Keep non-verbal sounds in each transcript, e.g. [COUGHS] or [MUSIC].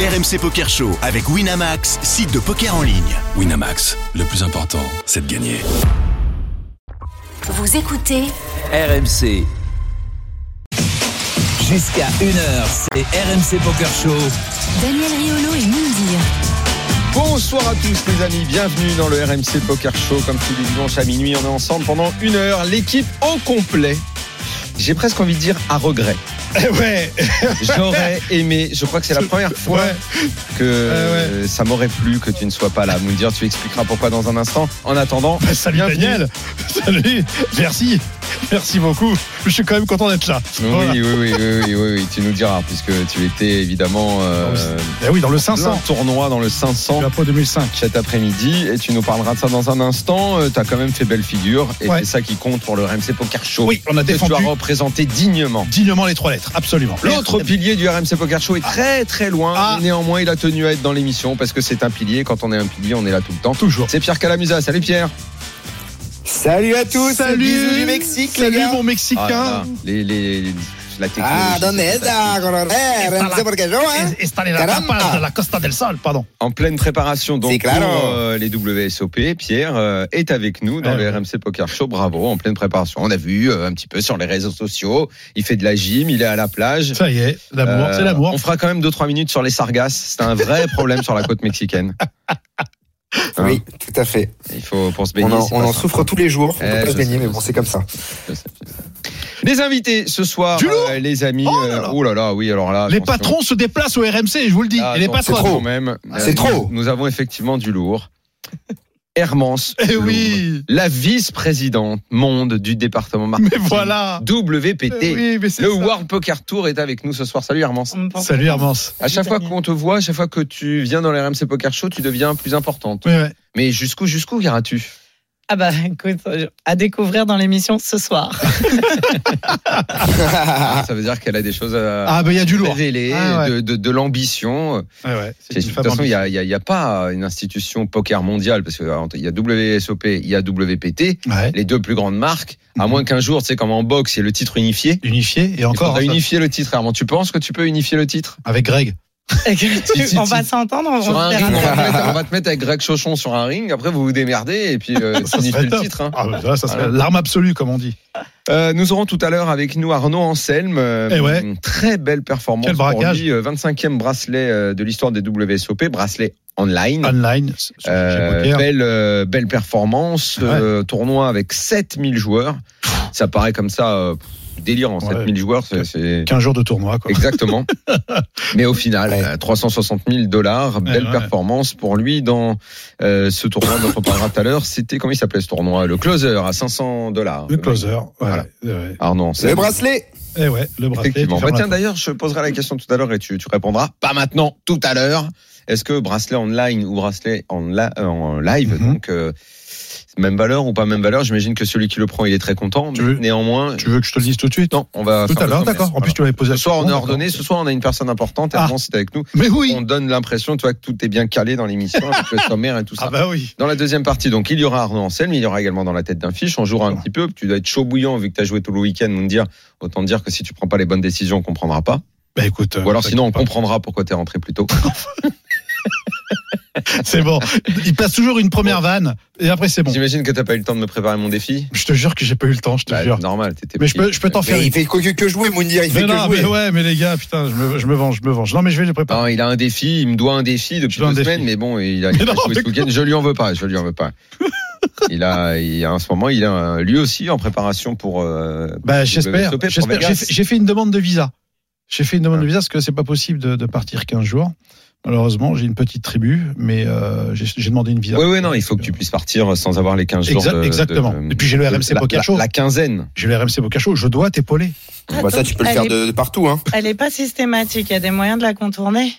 RMC Poker Show avec Winamax, site de poker en ligne. Winamax, le plus important, c'est de gagner. Vous écoutez RMC. Jusqu'à 1h, c'est RMC Poker Show. Daniel Riolo et Moundir. Bonsoir à tous les amis, bienvenue dans le RMC Poker Show. Comme tous les dimanches à minuit, on est ensemble pendant une heure, l'équipe au complet. J'ai presque envie de dire à [LAUGHS] regret. Ouais, J'aurais aimé, je crois que c'est la première fois Ouais. que Euh, euh, ça m'aurait plu que tu ne sois pas là. Moundir, tu expliqueras pourquoi dans un instant. En attendant, bah, salut bienvenue. Daniel. [LAUGHS] Salut. Merci. Merci beaucoup. Je suis quand même content d'être là. Oui, Voilà. oui, oui, oui, oui, oui, oui, tu nous diras, puisque tu étais évidemment euh, Eh oui, dans le plein 500. tournoi dans le 500. La Pro 2005. cet après-midi et tu nous parleras de ça dans un instant. Euh, T'as quand même fait belle figure et Ouais. c'est ça qui compte pour le RMC Poker Show. Oui, on a que tu défendu as représenté dignement. dignement les trois lettres. Absolument. L'autre pilier du RMC Poker Show est très très loin. Ah. Néanmoins, il a tenu à être dans l'émission parce que c'est un pilier. Quand on est un pilier, on est là tout le temps. Toujours. C'est Pierre Calamusa. Salut Pierre. Salut à tous, bisous du Mexique Salut les mon gars. Ah là là, Mexicain. les, les, les- la technologie. Ah, ¿dónde c'est está? fantastique. Con los- eh, RMC porque yo, hein. Et installer la Caramba. tapas de la Costa del Sol, pardon. En pleine préparation donc C'est clair. pour euh, les WSOP, Pierre euh, est avec nous dans Ouais, le ouais. RMC Poker Show. Bravo, en pleine préparation. On a vu euh, un petit peu sur les réseaux sociaux. Il fait de la gym, il est à la plage. Ça y est, l'amour, Euh, c'est l'amour. On fera quand même 2-3 minutes sur les sargasses. C'est un [LAUGHS] vrai problème sur la côte mexicaine. Hein, Oui, tout à fait. Il faut pour se baigner. On en, c'est on pas en simple. souffre tous les jours. On Eh, peut pas je se baigner, sais, mais je bon, sais. c'est comme ça. Je sais, je sais. Les invités ce soir, Du lourd euh, les amis. Oh là euh, là. Oh là là, oui, alors là. Les attention. patrons se déplacent au RMC, je vous le dis. Ah, Et les attends, patrons. c'est trop, même. C'est Euh, trop. Nous, nous avons effectivement du [LAUGHS] lourd. Hermance. Eh Lourdes, oui. La vice-présidente monde du département Mais marketing voilà. WPT. Eh oui, mais c'est Le ça. World Poker Tour est avec nous ce soir. Salut Hermance. Salut Hermance. À chaque fois qu'on te voit, à chaque fois que tu viens dans les RMC Poker Show, tu deviens plus importante. Ouais, ouais. Mais jusqu'où, jusqu'où iras-tu Ah bah écoute, euh, à découvrir dans l'émission ce soir. [LAUGHS] Ça veut dire qu'elle a des choses à Ah, ben il y a du lourd. révéler, Ah ouais. de, de- de l'ambition. Ouais, ouais. De toute façon, il n'y a, il y a- il y a pas une institution poker mondiale, parce qu'il y a WSOP, il y a WPT, Ouais. les deux plus grandes marques, à Mhm. moins qu'un jour, tu sais, comme en boxe, il y ait le titre unifié. Unifié et Encore, encore. on hein, ça. unifier le titre, Armand. Tu penses que tu peux unifier le titre Avec Greg. on va s'entendre, on Sur un va se ring, faire on un va, te mettre, on va te mettre avec Greg Chauchon sur un ring, après vous vous démerdez et puis euh, tu [LAUGHS] Ça unifies serait le top. titre. hein. Ah, ben, ça, ça serait Voilà. l'arme absolue, comme on dit. Euh, nous aurons tout à l'heure avec nous Arnaud Anselme. Euh, Eh ouais. Une très belle performance Quel braquage. pour lui. Euh, 25e bracelet euh, de l'histoire des WSOP, bracelet online. Online. sur Sujet Mmh. Euh, Poker. belle, euh, belle performance, Ouais. euh, tournoi avec 7000 joueurs. Ça paraît comme ça euh, pff, délirant, Ouais. 7000 joueurs, c'est- Ouais. c'est 15 jours de tournoi, quoi. [LAUGHS] exactement. Mais au final, Ouais. euh, 360 000 dollars, belle ouais. performance pour lui dans euh, ce tournoi dont on parlera tout à l'heure. C'était comment il s'appelait ce tournoi Le closer à 500 dollars. Le closer. Ouais, Voilà. ouais. Arnaud Anselme. Le bracelet Eh ouais, le bracelet. Effectivement. tu Bah, fermes la tiens, d'ailleurs, je poserai la question tout à l'heure et tu, tu répondras. Pas maintenant, tout à l'heure. Est-ce que bracelet online ou bracelet en, la- euh, en live, Mhm. donc euh, même valeur ou pas même valeur J'imagine que celui qui le prend, il est très content. Tu mais veux- néanmoins, Tu veux que je te le dise tout de suite non, on va Tout faire à le l'heure, sommaire. d'accord. En Voilà. plus, tu l'avais posé à Ce soir, on est D'accord. ordonné. Ce soir, on a une personne importante. Ah. Armand, c'est avec nous. Mais oui On donne l'impression, tu vois, que tout est bien calé dans l'émission, avec le sommaire et tout ça. Ah bah oui Dans la deuxième partie, donc, il y aura Arnaud Anselme, il y aura également dans la tête d'un fiche. On jouera un Voilà. petit peu. Tu dois être chaud bouillant vu que tu as joué tout le week-end. On dire, autant dire que si tu prends pas les bonnes décisions, on comprendra pas. Bah écoute. Ou euh, alors sinon, on t'inquiète comprendra pourquoi t'es rentré plus tôt. Ah pas. C'est bon. Il passe toujours une première vanne et après, c'est bon. J'imagine que t'as pas eu le temps de me préparer mon défi. Je te jure que j'ai pas eu le temps, je te Bah, jure. normal, t'étais. Mais je pris. peux, je peux t'en faire Mais une. il fait que, que jouer, Mounir, il fait Mais que non, jouer. mais ouais, mais les gars, putain, je me, je me venge, je me venge. Non, mais je vais les préparer. Non, il a un défi, il me doit un défi depuis Je dois deux un défi. semaines, mais bon, il a, il a Mais non, joué ce mais week-end. Je lui en veux pas, je lui en [LAUGHS] veux pas. Il a, il, à ce moment, il a un- lui aussi en préparation pour. euh, Bah, pour j'espère. WSOP, pour j'espère. Vegas. J'ai fait- J'ai fait une demande de visa. J'ai fait une Ah. demande de visa parce que c'est pas possible de, de partir 15 jours. Malheureusement, j'ai une petite tribu, mais euh, j'ai j'ai demandé une visa. Oui, oui, non, il faut que tu puisses partir sans avoir les 15 jours. Exact- de- exactement. de- Et puis j'ai le de- RMC la- Poker la- Show. La quinzaine. J'ai le RMC Bocacho, je dois t'épauler. Bah, ça, tu peux le Elle faire est- de, de partout. [LAUGHS] Hein. Elle n'est pas systématique, il y a des moyens de la contourner.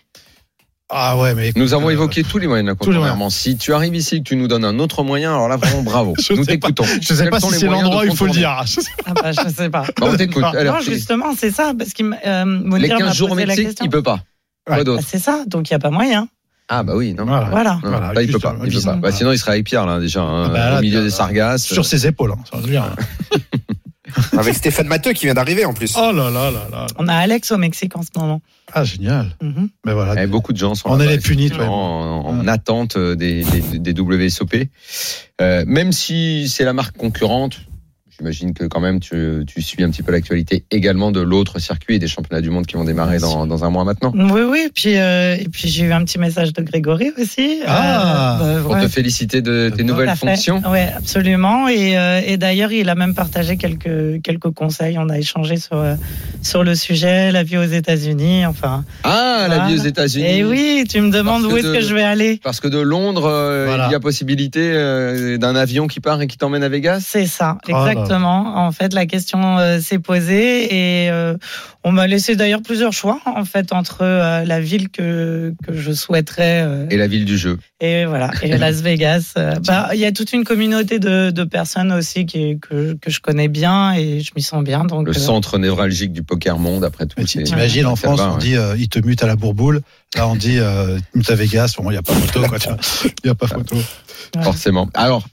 Ah ouais, mais. écoute, Nous avons euh, évoqué tous les moyens de la tous les moyens. contournement. Si tu arrives ici et que tu nous donnes un autre moyen, alors là, vraiment, bravo. [LAUGHS] Je nous sais pas. t'écoutons. Je sais Quels pas sont si les c'est moyens de l'endroit où il faut le contourner dire. [LAUGHS] Ah. Ah bah je sais pas. Bon, on t'écoute. [LAUGHS] Alors, non, Philippe, justement, c'est ça, parce qu'il m'a- euh, les Mounir m'a 15 jours au posé la Mexique, question. il peut pas. Quoi Ouais. Bah, d'autre c'est ça, donc il n'y a pas moyen. Ah, bah oui, non. Voilà. Voilà. Non, Voilà, là, il peut juste pas. un il peut bisou. pas. Bah, Voilà. sinon, il serait avec Pierre, là, déjà, hein, Ah bah là, au milieu t'as- des sargasses. Sur ses épaules, hein, ça veut dire. Avec Stéphane Matteux qui vient d'arriver en plus. Oh là là là là. On a Alex au Mexique en ce moment. Ah, génial. Mhm. Mais voilà. Eh, beaucoup de gens sont Ah, on là-bas, est les punis, toi. effectivement, en, en attente euh, des, des, des WSOP. Euh, même si c'est la marque concurrente, j'imagine que quand même tu, tu suis un petit peu l'actualité également de l'autre circuit et des championnats du monde qui vont démarrer dans, dans un mois maintenant. Oui, oui. Et puis, euh, et puis j'ai eu un petit message de Grégory aussi. Ah, Euh, bah, Pour ouais. te féliciter de tes Tout Tout nouvelles à fait. fonctions. Oui, absolument. Et, euh, et d'ailleurs, il a même partagé quelques, quelques conseils. On a échangé sur, euh, sur le sujet, la vie aux États-Unis. Enfin, Ah, la Voilà. vie aux États-Unis. Eh et oui, tu me demandes Parce où que est-ce de- que je vais aller. Parce que de Londres, euh, Voilà. il y a possibilité euh, d'un avion qui part et qui t'emmène à Vegas. Ah, C'est ça, Oh là. exactement. En fait, la question euh, s'est posée et euh, on m'a laissé d'ailleurs plusieurs choix en fait entre euh, la ville que que je souhaiterais euh, Et la ville du jeu. et voilà et Las Vegas. Euh, bah, il y a toute une communauté de, de personnes aussi qui que que je connais bien et je m'y sens bien. Donc Le euh, centre névralgique du poker monde, après tout. Mais c'est- Bah, tu- T'imagines, en ça France, va, on ouais. dit euh, il te mute à la bourboule. Là, on dit euh, il te mute à Vegas. Bon, il n'y a pas photo, quoi. tu vois. [LAUGHS] Il n'y a pas photo. Ouais. Forcément. Alors,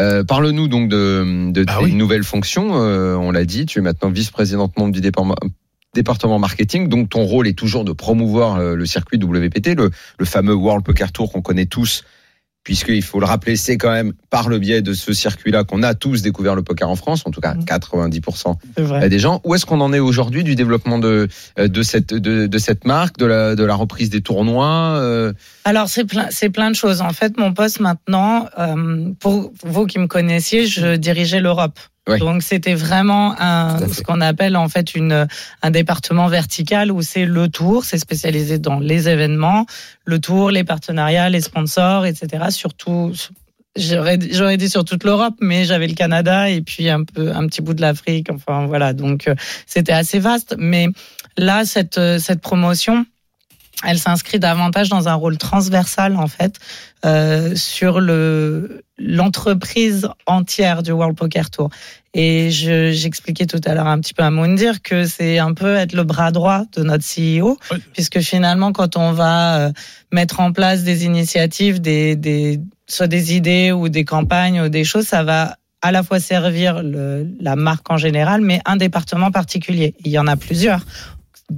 euh, parle-nous donc de, de Bah tes oui. nouvelles fonctions. Euh, on l'a dit, tu es maintenant vice-présidente membre du département département marketing, donc ton rôle est toujours de promouvoir euh, le circuit WPT, le, le fameux World Poker Tour qu'on connaît tous, puisqu'il faut le rappeler, c'est quand même par le biais de ce circuit-là qu'on a tous découvert le poker en France, en tout cas Mmh. Mhm. 90% c'est vrai. des gens. Où est-ce qu'on en est aujourd'hui du développement de, euh, de, cette, de, de cette marque, de la, de la reprise des tournois euh, Alors c'est plein, c'est plein de choses. En fait, mon poste maintenant, euh, pour vous qui me connaissiez, je dirigeais l'Europe. Ouais. Donc c'était vraiment un, Tout à fait. ce qu'on appelle en fait une, un département vertical où c'est le tour, c'est spécialisé dans les événements, le tour, les partenariats, les sponsors, etc. Surtout, j'aurais j'aurais dit sur toute l'Europe, mais j'avais le Canada et puis un peu un petit bout de l'Afrique. Enfin voilà, donc euh, c'était assez vaste. Mais là, cette euh, cette promotion. Elle s'inscrit davantage dans un rôle transversal en fait euh, sur le l'entreprise entière du World Poker Tour. Et je- j'expliquais tout à l'heure un petit peu à Moundir que c'est un peu être le bras droit de notre E CEO, Oui. puisque finalement, quand on va euh, mettre en place des initiatives, des, des, soit des idées ou des campagnes ou des choses, ça va à la fois servir le- la marque en général, mais un département particulier. Il y en a plusieurs.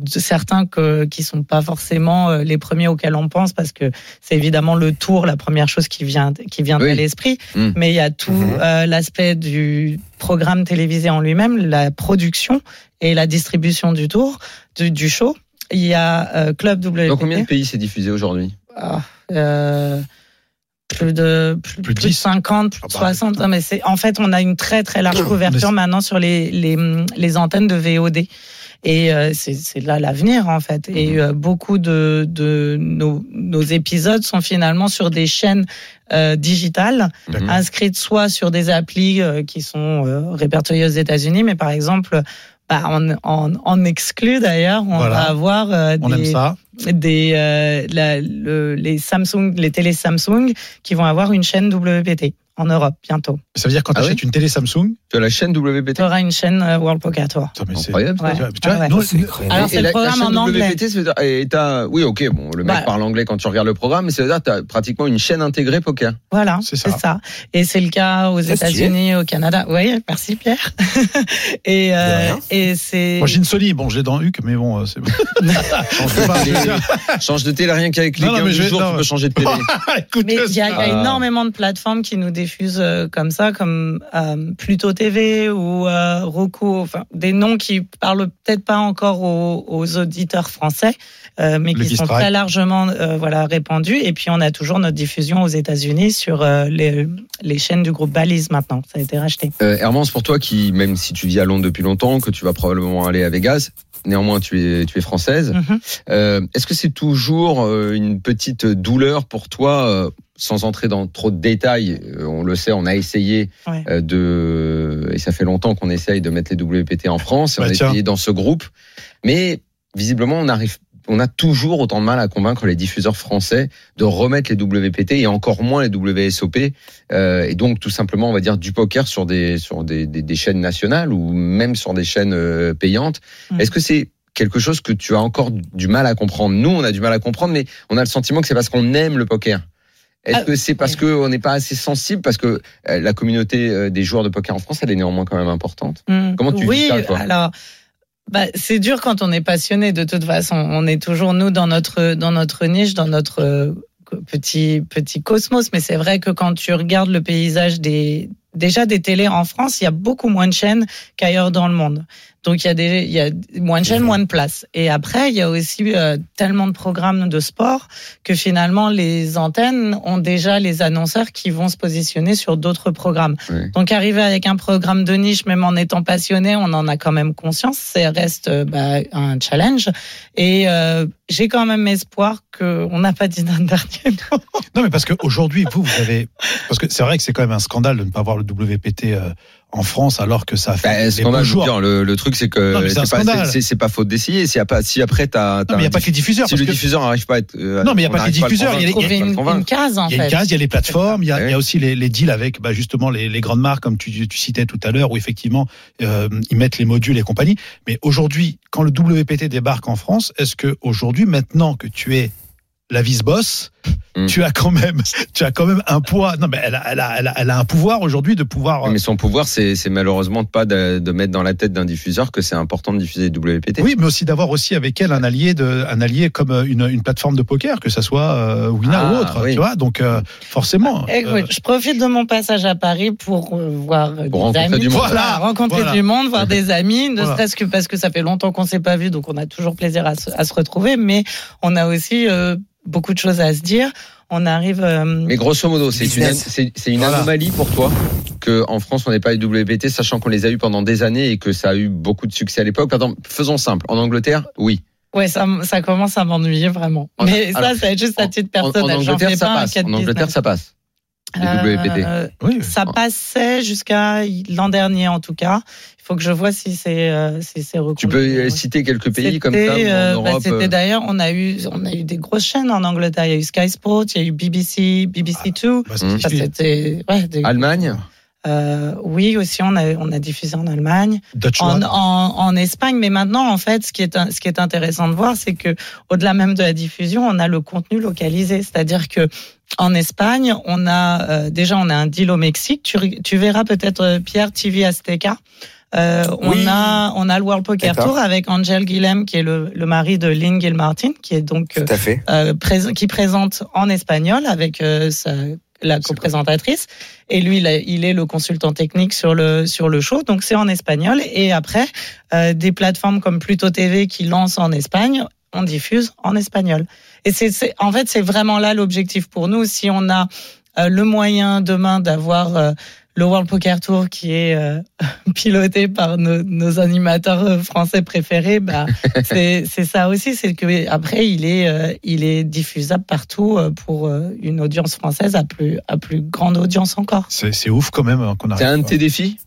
Certains que, qui sont pas forcément euh, les premiers auxquels on pense, parce que c'est évidemment le tour, la première chose qui vient, qui vient Oui. à l'esprit. Mm. Mais il y a tout Mhm. euh, l'aspect du programme télévisé en lui-même, la production et la distribution du tour, du, du show. Il y a euh, Club WPT. Dans combien de pays c'est diffusé aujourd'hui Ah, euh, plus de plus, Plus de plus de 10. 50, plus de Ah bah, 60. Non, mais c'est en fait on a une très très [COUGHS] large couverture c'est- maintenant sur les les, les antennes de VOD. Et euh, c'est c'est là l'avenir en fait. Mhm. Et euh, beaucoup de, de nos, nos épisodes sont finalement sur des chaînes euh, digitales Hmm. Mhm. Ah. inscrites soit sur des applis euh, qui sont euh, répertoriées aux États-Unis, mais par exemple, bah, en, en, en exclu d'ailleurs, on Voilà. va avoir euh, On des, aime ça. des euh, la- le- les Samsung, les télés Samsung qui vont avoir une chaîne WPT en Europe bientôt. Ça veut dire quand Ah tu achètes une télé Samsung. Tu as la chaîne WPT Tu auras une chaîne euh, World Poker Tour. Putain, mais c'est- Incroyable. Ouais. Tu vois, tu vois, Ah ouais. nous, Alors c'est Et la- le la programme chaîne en anglais. WPT, ça veut dire- et t'as- oui, ok, bon, le mec Bah. parle anglais quand tu regardes le programme, mais ça veut dire que t'as pratiquement une chaîne intégrée [LAUGHS] poker. Voilà, C'est c'est ça. ça. Et c'est le cas aux Ça, c'est États-Unis, au Canada. Oui, merci Pierre. [LAUGHS] et De euh, rien. et c'est Moi, j'ai une Sony. Bon, je l'ai dans Huc, mais bon, euh, c'est [LAUGHS] bon. [LAUGHS] Change de pas, je veux dire. Change de télé, rien qu'avec les Non, non, gains mais du je vais- jour, non, tu peux mais- changer de télé. [LAUGHS] Écoute, [LAUGHS] Mais il y a, il y a Ah. énormément de plateformes qui nous diffusent euh, comme ça, comme euh, Pluto TV ou euh, Roku, enfin des noms qui parlent peut-être pas encore aux, aux auditeurs français, euh, mais Le qui sont Distract. très largement euh, voilà répandus. Et puis on a toujours notre diffusion aux États-Unis sur euh, les, les chaînes du groupe Balise maintenant. Ça a été racheté. Euh, Hermance, pour toi qui, même si tu vis à Londres depuis longtemps, que tu vas probablement aller à Vegas, néanmoins tu es, tu es française, Mhm. euh, est-ce que c'est toujours euh, une petite douleur pour toi euh, sans entrer dans trop de détails, euh, on le sait, on a essayé Ouais. euh, de, et ça fait longtemps qu'on essaye de mettre les WPT en France, et Bah, on a tiens. essayé dans ce groupe, mais visiblement on arrive, on a toujours autant de mal à convaincre les diffuseurs français de remettre les WPT et encore moins les WSOP, euh, et donc tout simplement on va dire du poker sur des sur des, des, des chaînes nationales ou même sur des chaînes euh, payantes. Mhm. Est-ce que c'est quelque chose que tu as encore du mal à comprendre Nous, on a du mal à comprendre, mais on a le sentiment que c'est parce qu'on aime le poker. Est-ce Ah, que c'est parce oui. que on n'est pas assez sensible Parce que euh, la communauté euh, des joueurs de poker en France, elle est néanmoins quand même importante. Hmm. Comment tu oui, vis ça, toi alors. Bah, c'est dur quand on est passionné de toute façon. On est toujours nous dans notre dans notre niche, dans notre euh, co- petit petit cosmos. Mais c'est vrai que quand tu regardes le paysage des déjà des télés en France, il y a beaucoup moins de chaînes qu'ailleurs dans le monde. Donc il y a des il y a moins de chaînes, moins de places. Et après il y a aussi euh, tellement de programmes de sport que finalement les antennes ont déjà les annonceurs qui vont se positionner sur d'autres programmes. Donc arriver avec un programme de niche, même en étant passionné, on en a quand même conscience. Ça reste euh, bah, un challenge. Et euh, j'ai quand même espoir qu'on n'a pas dit d'un dernier mot. Non, mais parce qu'aujourd'hui, vous, vous avez. Parce que c'est vrai que c'est quand même un scandale de ne pas voir le WPT euh, en France alors que ça Bah, fait. des c'est quand beaux même joueurs. bien. Le, le truc, c'est Non, que mais c'est un c'est pas, scandale. c'est- c'est- c'est pas faute d'essayer. S'il y a pas, si après t'as, t'as Non, mais il n'y a un pas que les diffuseurs. si parce le que- diffuseur n'arrive pas à être. euh, Non, mais il y a on pas que les n'arrive à le diffuseurs, convaincre, il y a les- on Trouver n'arrive pas à le une, une convaincre. case en Il y a fait. une case, il y a les plateformes, il y a, il y a Ouais. aussi les, les deals avec bah, justement les, les grandes marques, comme tu, tu citais tout à l'heure, où effectivement euh, ils mettent les modules et compagnie. Mais aujourd'hui, quand le WPT débarque en France, est-ce que aujourd'hui, maintenant que tu es la vice-boss, Hmm. Mm. tu as quand même, tu as quand même un poids. Non, mais elle a, elle a, elle a, elle a un pouvoir aujourd'hui de pouvoir. Mais son pouvoir, c'est c'est malheureusement de pas de, de mettre dans la tête d'un diffuseur que c'est important de diffuser le WPT. euh, Oui, mais aussi d'avoir aussi avec elle un allié, de, un allié comme euh, une, une plateforme de poker, que ça soit euh, Wina Ah, ou autre, oui. tu vois. Donc euh, forcément. euh, Bah, Écoute, je profite de mon passage à Paris pour euh, voir des rencontrer amis, du monde. Voilà, rencontrer voilà. du monde, voir des amis, ne Voilà. serait-ce que parce que ça fait longtemps qu'on s'est pas vu, donc on a toujours plaisir à se, à se retrouver, mais on a aussi euh, beaucoup de choses à se dire. On arrive. euh, Mais grosso modo, c'est une, an- c'est- c'est une Voilà. anomalie pour toi que en France on n'ait pas eu WPT, sachant qu'on les a eu pendant des années et que ça a eu beaucoup de succès à l'époque. Par exemple, faisons simple. En Angleterre, oui. Ouais, ça, ça commence à m'ennuyer vraiment. En- mais alors, ça, c'est juste à titre En, en personnel. J'en Angleterre, fais ça pas un passe. cas de En Angleterre, business. ça passe. Les WPT. Euh, oui. ça passait jusqu'à l'an dernier en tout cas. Il faut que je vois si c'est euh, si c'est Tu reconduit. peux euh, citer quelques pays comme ça C'était, en euh, bah, Europe. c'était euh, d'ailleurs, on a eu, on a eu des grosses chaînes en Angleterre. Il y a eu Sky Sports, il y a eu BBC, BBC Two. Bah, c'est Mm. Ça, difficile. c'était, ouais, des- Allemagne. euh, oui aussi, on a, on a diffusé en Allemagne, Dutch en, One. en, en Espagne. Mais maintenant, en fait, ce qui est, un- ce qui est intéressant de voir, c'est que au-delà même de la diffusion, on a le contenu localisé. C'est-à-dire que en Espagne, on a euh, déjà on a un deal au Mexique. Tu, reg- tu verras peut-être euh, Pierre TV Azteca. Euh, Oui. On a on a le World Poker D'accord. Tour avec Angel Guillem qui est le, le mari de Lynn Gilmartin qui est donc euh, Tout à fait. euh, prés- qui présente en espagnol avec euh, sa, la coprésentatrice. Et lui, il, a- il est le consultant technique sur le, sur le show. Donc, c'est en espagnol. Et après, euh, des plateformes comme Pluto TV qui lancent en Espagne, on diffuse en espagnol. Et c'est, c'est- en fait, c'est vraiment là l'objectif pour nous. Si on a euh, le moyen demain d'avoir euh, le World Poker Tour qui est euh, [LAUGHS] piloté par nos, nos animateurs euh, français préférés, bah, c'est c'est ça aussi, c'est que après il est euh, il est diffusable partout euh, pour euh, une audience française à plus à plus grande audience encore. C'est c'est ouf quand même hein, qu'on C'est arrive. un de pas. tes défis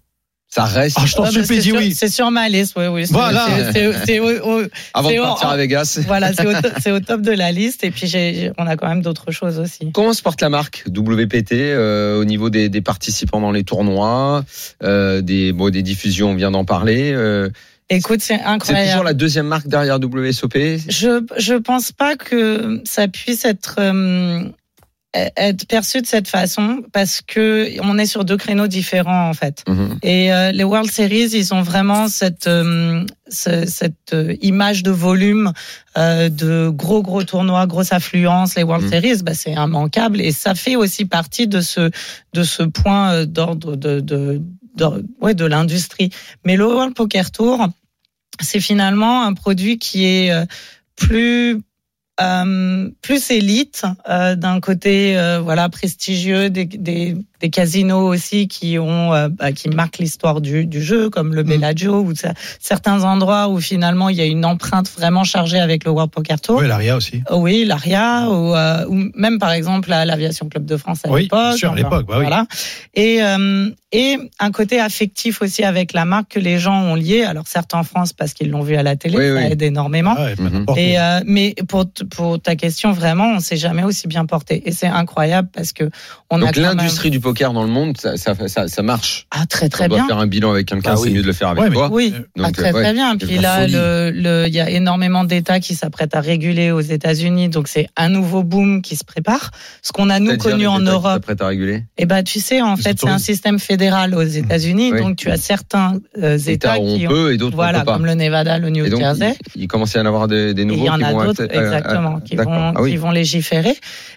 Ça reste Ah, je t'en Ah, bah, supplie, c'est dis sur- oui. C'est sur ma liste, oui, oui. c'est- Voilà. c'est- c'est- c'est au- au- avant de c'est partir en- à [LAUGHS] Vegas. Voilà, c'est au, to- c'est au top de la liste. Et puis, j'ai- on a quand même d'autres choses aussi. Comment se porte la marque WPT euh, au niveau des, des participants dans les tournois, euh, des, bon, des diffusions, on vient d'en parler. euh, Écoute, c'est c'est toujours incroyable. la deuxième marque derrière WSOP. Je je pense pas que ça puisse être euh, être perçu de cette façon parce que on est sur deux créneaux différents en fait. Mhm. Et euh, les World Series, ils ont vraiment cette euh, ce- cette euh, image de volume, euh, de gros gros tournois, grosse affluence. Les World Mm. Series, bah, c'est immanquable et ça fait aussi partie de ce de ce point euh, d'ordre de de, de- ouais de l'industrie. Mais le World Poker Tour, c'est finalement un produit qui est euh, plus euh, plus élite euh, d'un côté euh, voilà prestigieux des, des, des casinos aussi qui ont euh, bah, qui marquent l'histoire du, du jeu comme le Bellagio ou ça- certains endroits où finalement il y a une empreinte vraiment chargée avec le World Poker Tour Oui, l'ARIA aussi. Oh Oui, l'ARIA, ou, euh, ou même par exemple à l'Aviation Club de France à Oui, l'époque. bien sûr, à l'époque, bah oui. Voilà. Et, euh, et un côté affectif aussi avec la marque que les gens ont lié. Alors certes en France parce qu'ils l'ont vu à la télé, Oui, ça oui. aide énormément. Ah ouais, peu Mhm. importe. Et, euh, mais pour, t- pour ta question, vraiment, on s'est jamais aussi bien porté. Et c'est incroyable parce que on a Donc quand même- l'industrie du poker dans le monde, ça, ça, ça, ça marche. Ah, très on très doit bien. faire un bilan avec quelqu'un, Ah c'est oui. mieux de le faire avec Ouais, mais- toi. Oui, Donc, ah, euh, très ouais. très bien. c'est Puis de la là, folie. le- le- il y a énormément d'États qui s'apprêtent à réguler aux États-Unis, donc c'est un nouveau boom qui se prépare. Ce qu'on a nous C'est-à-dire les connu en États qui sont Europe, prêts à réguler. eh ben tu sais, en Ils fait, c'est un autorisent. système fédéral aux États-Unis, Mmh. Oui. donc tu as certains euh, États États où on qui ont, peut et d'autres où on voilà, peut pas. comme le Nevada, le New Et donc, Jersey. il, il commence à y en avoir des, des Et nouveaux il y en qui a vont d'autres, accepter- euh, exactement, euh, qui, d'accord. vont, Ah oui. qui vont légiférer.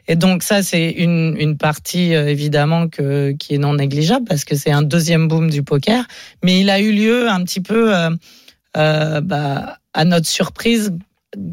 Et donc ça, c'est une, une partie euh, évidemment que, qui est non négligeable parce que c'est un deuxième boom du poker. Mais il a eu lieu un petit peu euh, euh, bah, à notre surprise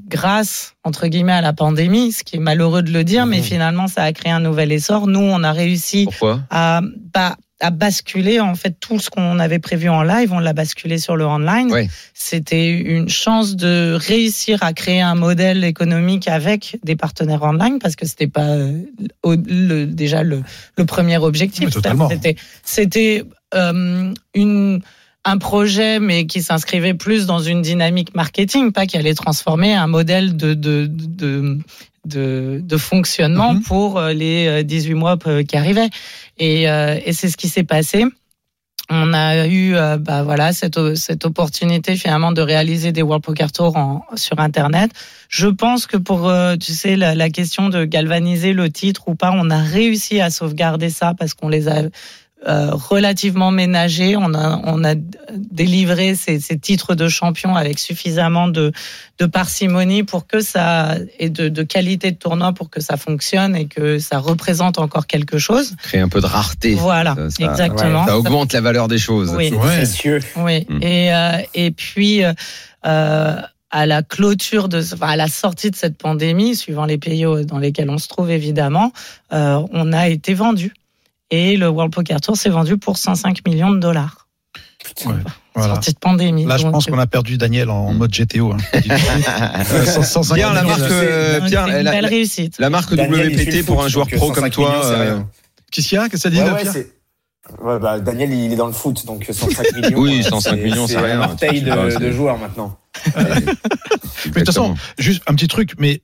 grâce, entre guillemets, à la pandémie, ce qui est malheureux de le dire, Mmh. mais finalement, ça a créé un nouvel essor. Nous, on a réussi Pourquoi à, bah, à basculer en fait tout ce qu'on avait prévu en live, on l'a basculé sur le online. Ouais. C'était une chance de réussir à créer un modèle économique avec des partenaires online parce que c'était pas euh, au- le- déjà le, le premier objectif. Mais totalement. C'était c'était euh, une un projet, mais qui s'inscrivait plus dans une dynamique marketing, pas qui allait transformer un modèle de, de, de, de, de fonctionnement Mhm. pour euh, les euh, 18 mois euh, qui arrivaient. Et, euh, et c'est ce qui s'est passé. On a eu euh, bah, voilà, cette, o- cette opportunité finalement de réaliser des World Poker Tour en, sur Internet. Je pense que pour euh, tu sais, la, la question de galvaniser le titre ou pas, on a réussi à sauvegarder ça parce qu'on les a euh, relativement ménagés. On a, on a délivré ces, ces titres de champion avec suffisamment de, de parcimonie pour que ça et de, de qualité de tournoi pour que ça fonctionne et que ça représente encore quelque chose. Créer un peu de rareté. Voilà, Ça- ça- exactement. Ça augmente la valeur des choses. [LAUGHS] Oui. Ouais. précieux. Oui. Mm. Et, euh, et puis, euh, euh, à la clôture de, ce- enfin, à la sortie de cette pandémie, suivant les pays euh, dans lesquels on se trouve évidemment, euh, on a été vendu. Et le World Poker Tour s'est vendu pour 105 millions de dollars. Ouais, voilà. Sortie de pandémie. Là, je Donc, pense euh, qu'on a perdu Daniel en mode GTO. hein. [LAUGHS] Euh, sans- sans- sans- Pierre, Mhm. la marque, Qu'est-ce euh, c'est Pierre, une elle a- belle réussite. La marque Daniel, il suit WPT le pour foot, un joueur donc, pro comme 105 toi. millions, c'est euh, rien. qu'il y a Qu'est-ce que ça dit Ouais, là, ouais, Pierre c'est- Ouais, bah, Daniel, il est dans le foot, donc 105 [LAUGHS] millions. Oui, euh, 105 millions, c'est rien. un orteil Ah, de, c'est- de joueurs maintenant. Mais de toute Exactement. façon, juste un petit truc, mais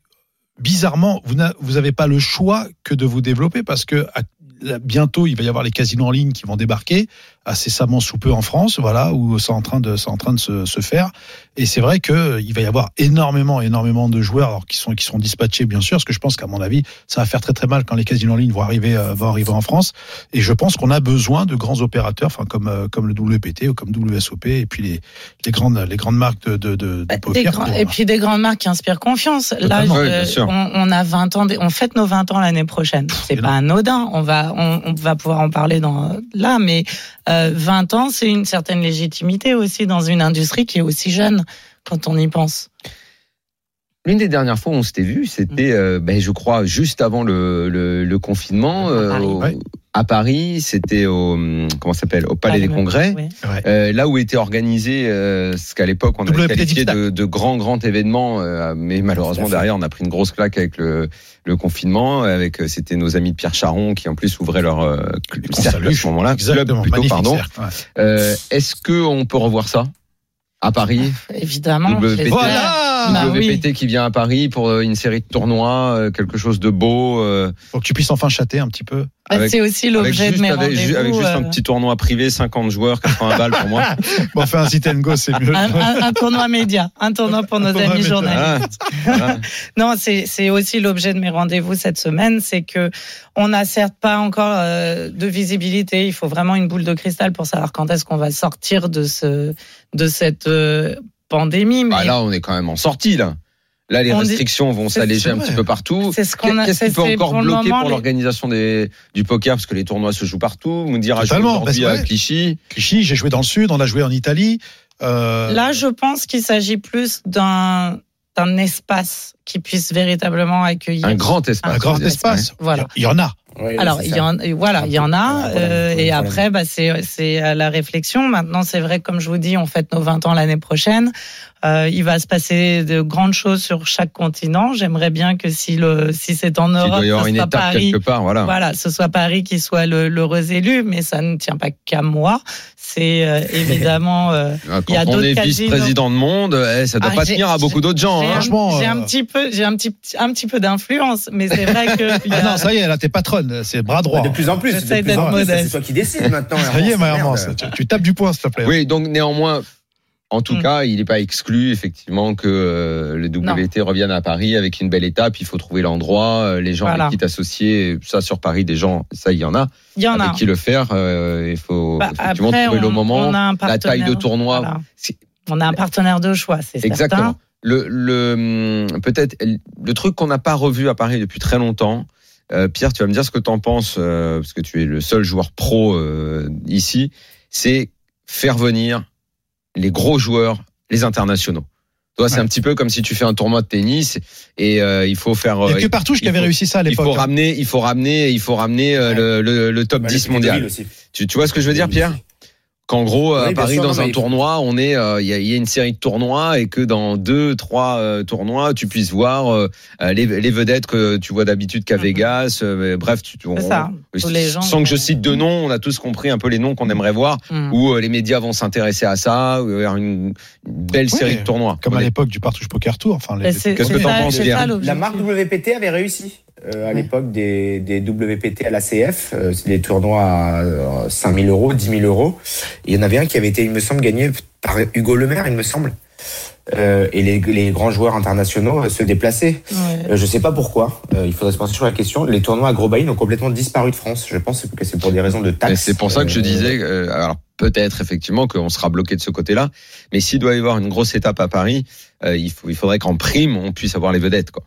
bizarrement, vous n'a- vous n'avez pas le choix que de vous développer parce que à- là, bientôt, il va y avoir les casinos en ligne qui vont débarquer incessamment sous peu en France, voilà, où c'est en train de, c'est en train de se, se faire. Et c'est vrai que euh, il va y avoir énormément, énormément de joueurs alors, qui sont qui sont dispatchés, bien sûr, parce que je pense qu'à mon avis, ça va faire très très mal quand les casinos en ligne vont arriver, euh, vont arriver en France. Et je pense qu'on a besoin de grands opérateurs, enfin comme euh, comme le WPT ou comme WSOP, et puis les les grandes les grandes marques de de, de, de Bah, poker. des grands- pour- et puis des grandes marques qui inspirent confiance. Là, Totalement. je- Oui, bien sûr. on, on a 20 ans, des- on fête nos 20 ans l'année prochaine. C'est pas anodin. On va, on, on va pouvoir en parler dans là, mais euh, 20 ans, c'est une certaine légitimité aussi dans une industrie qui est aussi jeune quand on y pense. L'une des dernières fois où on s'était vu, c'était, euh, ben, je crois, juste avant le, le- le confinement, À euh, Paris. au- Ouais. à Paris. C'était au hum, comment ça s'appelle, au Palais des Congrès, Oui. euh, là où était organisé euh, ce qu'à l'époque on avait WPT qualifié Digital. de, de grand grand événement, euh, mais malheureusement Tout à fait. derrière on a pris une grosse claque avec le, le confinement. Avec euh, c'était nos amis de Pierre Charon qui en plus ouvraient leur euh, cl- Qu'on cercle à salue. ce moment-là, club Exactement, plutôt magnifique pardon. cercle, ouais. Euh, Est-ce que on peut revoir ça à Paris? Évidemment. WPT. les- Voilà Bah oui. WPT qui vient à Paris pour euh, une série de tournois, euh, quelque chose de beau. euh, Pour que tu puisses enfin châter un petit peu. Bah, Avec- c'est aussi l'objet de juste, mes avec, ju- rendez-vous. avec juste un euh, petit tournoi privé, 50 joueurs, 80 balles [LAUGHS] pour moi. Bon, enfin, un sit and go, c'est mieux. euh, un, un- un tournoi média, un tournoi pour nos tournoi amis média. journalistes. Voilà. Voilà. Bah, Non, c'est c'est aussi l'objet de mes rendez-vous cette semaine, c'est que on n'a certes pas encore euh, de visibilité. Il faut vraiment une boule de cristal pour savoir quand est-ce qu'on va sortir de ce de cette euh, pandémie. Mais Bah là, on est quand même en sortie là. Là, les On dit- restrictions vont c'est- s'alléger c'est un petit vrai. peu partout. c'est ce qu'on a. Qu'est-ce c'est- qui peut c'est encore pour le bloquer moment, pour les- l'organisation des- du poker Parce que les tournois se jouent partout. On dira Totalement, aujourd'hui bah, c'est à vrai. Clichy. Clichy, j'ai joué dans le sud, on a joué en Italie. Euh, Là, je pense qu'il s'agit plus d'un d'un espace qui puisse véritablement accueillir Un grand espace. un grand peut-être, espace. Ah, Voilà. Il y en a. Oui, Alors, c'est il ça. y en, et voilà, il y en Un a. problème, euh, un et problème. après, bah, c'est c'est à la réflexion. Maintenant, c'est vrai que, comme je vous dis, on fête nos 20 ans l'année prochaine. Euh, il va se passer de grandes choses sur chaque continent. J'aimerais bien que si le si c'est en Il Europe, doit y avoir ce une soit étape Paris. quelque part, voilà. Voilà, ce soit Paris qui soit le, le réélu, mais ça ne tient pas qu'à moi. C'est euh, évidemment. euh, Quand Il y a on d'autres est casinos. vice-président de monde, eh, ça doit Ah, pas j'ai- tenir à beaucoup d'autres gens. j'ai hein. un- franchement, j'ai un, euh, petit peu, j'ai un petit un petit peu d'influence, mais c'est vrai que. il y Ah a- non, ça y est, là, t'es patronne, c'est bras droit. Bah, De plus en plus, J'essaie de plus d'être en plus, modeste. c'est toi qui décides maintenant. Ça y est, Hermance, Mahermans, merde. tu, tu tapes du poing, s'il te plaît. Oui, donc néanmoins, en tout Mm. cas, il n'est pas exclu effectivement que euh, le WT revienne à Paris avec une belle étape. Il faut trouver l'endroit, euh, les gens Voilà. avec qui t'associer. Ça sur Paris, des gens, ça il y en a. Il y en avec a. ah, qui le faire, euh, il faut Bah, effectivement après, trouver le on- moment, on a un la taille de partenaire. tournoi. Voilà. C'est- On a un partenaire de choix, c'est Ah. certain. Exactement. Le, le hum, peut-être le truc qu'on n'a pas revu à Paris depuis très longtemps. euh, Pierre, tu vas me dire ce que t'en penses euh, parce que tu es le seul joueur pro euh, ici. C'est faire venir les gros joueurs, les internationaux. Toi, c'est Ouais. un petit peu comme si tu fais un tournoi de tennis et euh, il faut faire. Il n'y a euh, que Partouche qui il avait faut- réussi ça à il faut l'époque. hein. ramener, il faut ramener, il faut ramener euh, Ouais. le, le- le top Bah, 10 le mondial. Piccadilly aussi. Tu, tu vois ce que je veux dire, Oui, Pierre qu'en gros, à Oui, bien Paris, sûr, dans non, un mais- tournoi, on est, euh, il y, a, il y a une série de tournois et que dans deux, trois euh, tournois, tu puisses voir euh, euh, les, les vedettes que tu vois d'habitude qu'à Mhm. Vegas. euh, bref, tu, tu- on- C'est ça. Tous les gens sans que je vont- cite de noms, on a tous compris un peu les noms qu'on aimerait voir, Mm. où euh, les médias vont s'intéresser à ça, ou vers une, une belle Oui, série de tournois. Comme On à est- l'époque du Partouche Poker Tour. Enfin, les- Mais c'est- Qu'est-ce c'est que t'en ça- penses, c'est Pierre ça l'objectif. La marque WPT avait réussi euh, à l'époque des, des WPT à l'ACF. Euh, c'est des tournois à 5000 euros, 10 000 euros. Il y en avait un qui avait été, il me semble, gagné par Hugo Le Maire, il me semble. Euh, et les, les grands joueurs internationaux euh, se déplaçaient. Ouais. Euh, je sais pas pourquoi. Euh, il faudrait se pencher sur la question. Les tournois à gros buy-in ont complètement disparu de France. Je pense que c'est pour des raisons de Et taxes. C'est pour ça que je Euh, disais, euh, alors peut-être effectivement qu'on sera bloqué de ce côté-là, mais s'il doit y avoir une grosse étape à Paris, euh, il, faut, il faudrait qu'en prime, on puisse avoir les vedettes. Quoi.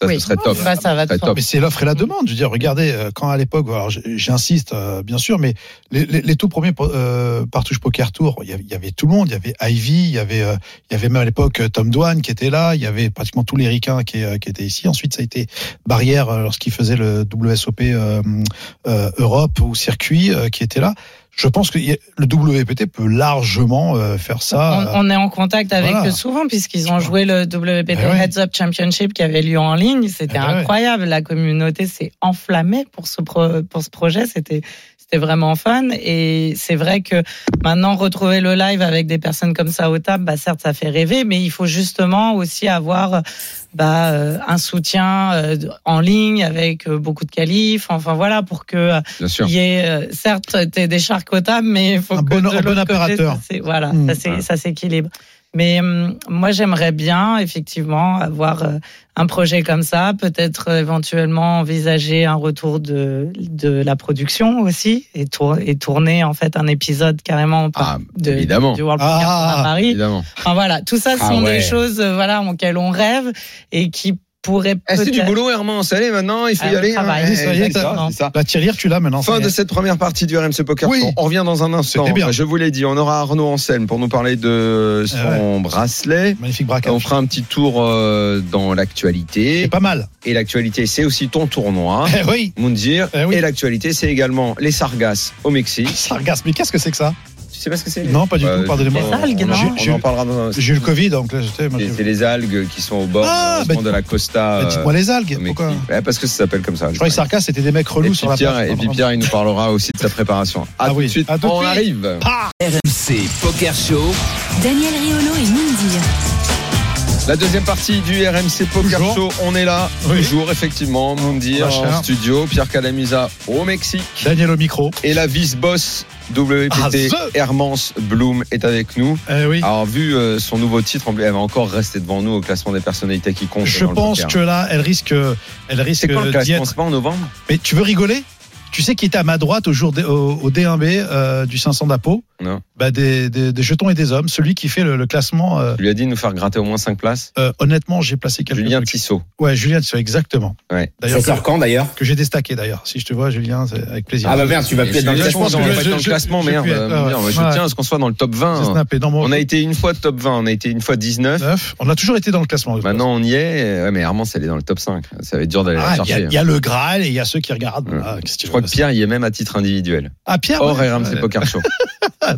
Ça, Oui. ce serait top. Bah, ça va de Très soi. top. Mais c'est l'offre et la demande. Je veux dire, regardez, euh, quand à l'époque, alors j- j'insiste euh, bien sûr, mais les, les- les tout premiers euh, partouche poker tour, il y, avait, il y avait tout le monde. Il y avait Ivy, il y avait, euh, il y avait même à l'époque euh, Tom Douane qui était là. Il y avait pratiquement tous les ricains qui, euh, qui étaient ici. Ensuite, ça a été Barrière euh, lorsqu'il faisait le WSOP euh, euh, Europe ou circuit euh, qui était là. Je pense que y a- le WPT peut largement euh, faire ça. euh, On, on est en contact avec Voilà. eux souvent puisqu'ils ont Voilà. joué le WPT Eh ouais. Heads Up Championship qui avait lieu en ligne. C'était Eh ben ouais. incroyable. La communauté s'est enflammée pour ce, pro- pour ce projet. C'était c'était vraiment fun. Et c'est vrai que maintenant, retrouver le live avec des personnes comme ça aux tables, bah, certes, ça fait rêver, mais il faut justement aussi avoir bah, euh, un soutien euh, en ligne avec euh, beaucoup de qualifs. Enfin voilà, pour que... euh, Bien sûr. Il est euh, certes t'es des charcotables, mais il faut Un que bon- de un bon l'autre côté, opérateur. ça s'é- voilà, Mmh. ça s'é- ça s'équilibre. Mais hum, moi, j'aimerais bien effectivement avoir euh, un projet comme ça, peut-être euh, éventuellement envisager un retour de de la production aussi et, tour- et tourner en fait un épisode carrément Ah, par- de, évidemment. du World Ah, Cup à Paris. Évidemment. Enfin voilà, tout ça ce Ah sont ouais. des choses euh, voilà auxquelles on rêve et qui pourraient Eh, c'est du peut-être- boulot, Herman. Ça y est, maintenant, il faut Ah, y on aller. Eh, travaille, ça y est, c'est ça, exactement. c'est ça. La tirelire, tu l'as maintenant. Fin ça y de est. cette première partie du RMC Poker Oui. Tour. On revient dans un instant. Bah, C'était bien. Je vous l'ai dit, on aura Arnaud Anselme pour nous parler de son Ah bracelet. Magnifique braquage. On fera un petit tour euh, dans l'actualité. C'est pas mal. Et l'actualité, c'est aussi ton tournoi. [LAUGHS] Eh oui. Moundir. Eh oui. Et l'actualité, c'est également les sargasses au Mexique. Sargasse, mais qu'est-ce que c'est que ça Tu sais pas ce que c'est Non, pas du Bah, tout, pardonnez-moi. c'est ça, le on, guénon. en- on en parlera dans un J'ai eu le Covid, donc là, j'étais. moi, C'est je- c'est les algues qui sont au bord Ah, malheureusement, bah, de la costa. Bah, Dites-moi euh, les au algues, Mexique. pourquoi Ouais, parce que ça s'appelle comme ça. Je croyais que Sargasse, c'était des mecs et relous puis, sur la Pierre, plage. et puis Pierre, il nous parlera aussi de sa préparation. À Ah tout oui, de suite, à tout de on suite. Ah. arrive. RMC Poker Show. Daniel Riolo et Moundir. La deuxième partie du RMC Poker Toujours. Show, on est là. Oui. Toujours, effectivement. Moundir Machin. en studio, Pierre Calamusa au Mexique. Daniel au micro. Et la vice-boss WPT, Ah, the- Hermance Bloom, est avec nous. Eh oui. Alors, vu euh, son nouveau titre, elle va encore rester devant nous au classement des personnalités qui comptent. Je dans le pense poker. que là, elle risque, elle risque C'est quand le d'y classement être. C'est pas en novembre Mais tu veux rigoler Tu sais qui était à ma droite au jour des- au, au D1B euh, du 500 d'Apo Non. Bah, des, des- des jetons et des hommes. Celui qui fait le, le classement, euh, Tu lui as dit de nous faire gratter au moins 5 places. euh, honnêtement, j'ai placé quelques. Julien trucs. Tissot. Ouais, Julien Tissot, exactement. Ouais. D'ailleurs, Ça que, sort quand d'ailleurs que j'ai déstaqué d'ailleurs. Si je te vois, Julien, c'est avec plaisir. Ah bah merde, tu vas Et peut-être dans le celui-là, je je pense pense classement. qu'on que va je- pas dans le je- classement, je- merde. je- euh, ouais, ouais. Je tiens à ce qu'on soit dans le top J'ai 20. snappé dans mon On a été une fois top 20, on a été une fois 19. 9. On a toujours été dans le classement. de toute Maintenant, on y est. Ouais, mais Armand, elle est dans le top 5. Ça va être dur d'aller Ah, la il y, a- chercher. il y a le Graal et il y a ceux qui regardent. Ouais. Ah, qu'est-ce que Je tu veux, crois que ça Pierre y est même à titre individuel. Ah, Pierre Hors ouais. RMC Poker Show.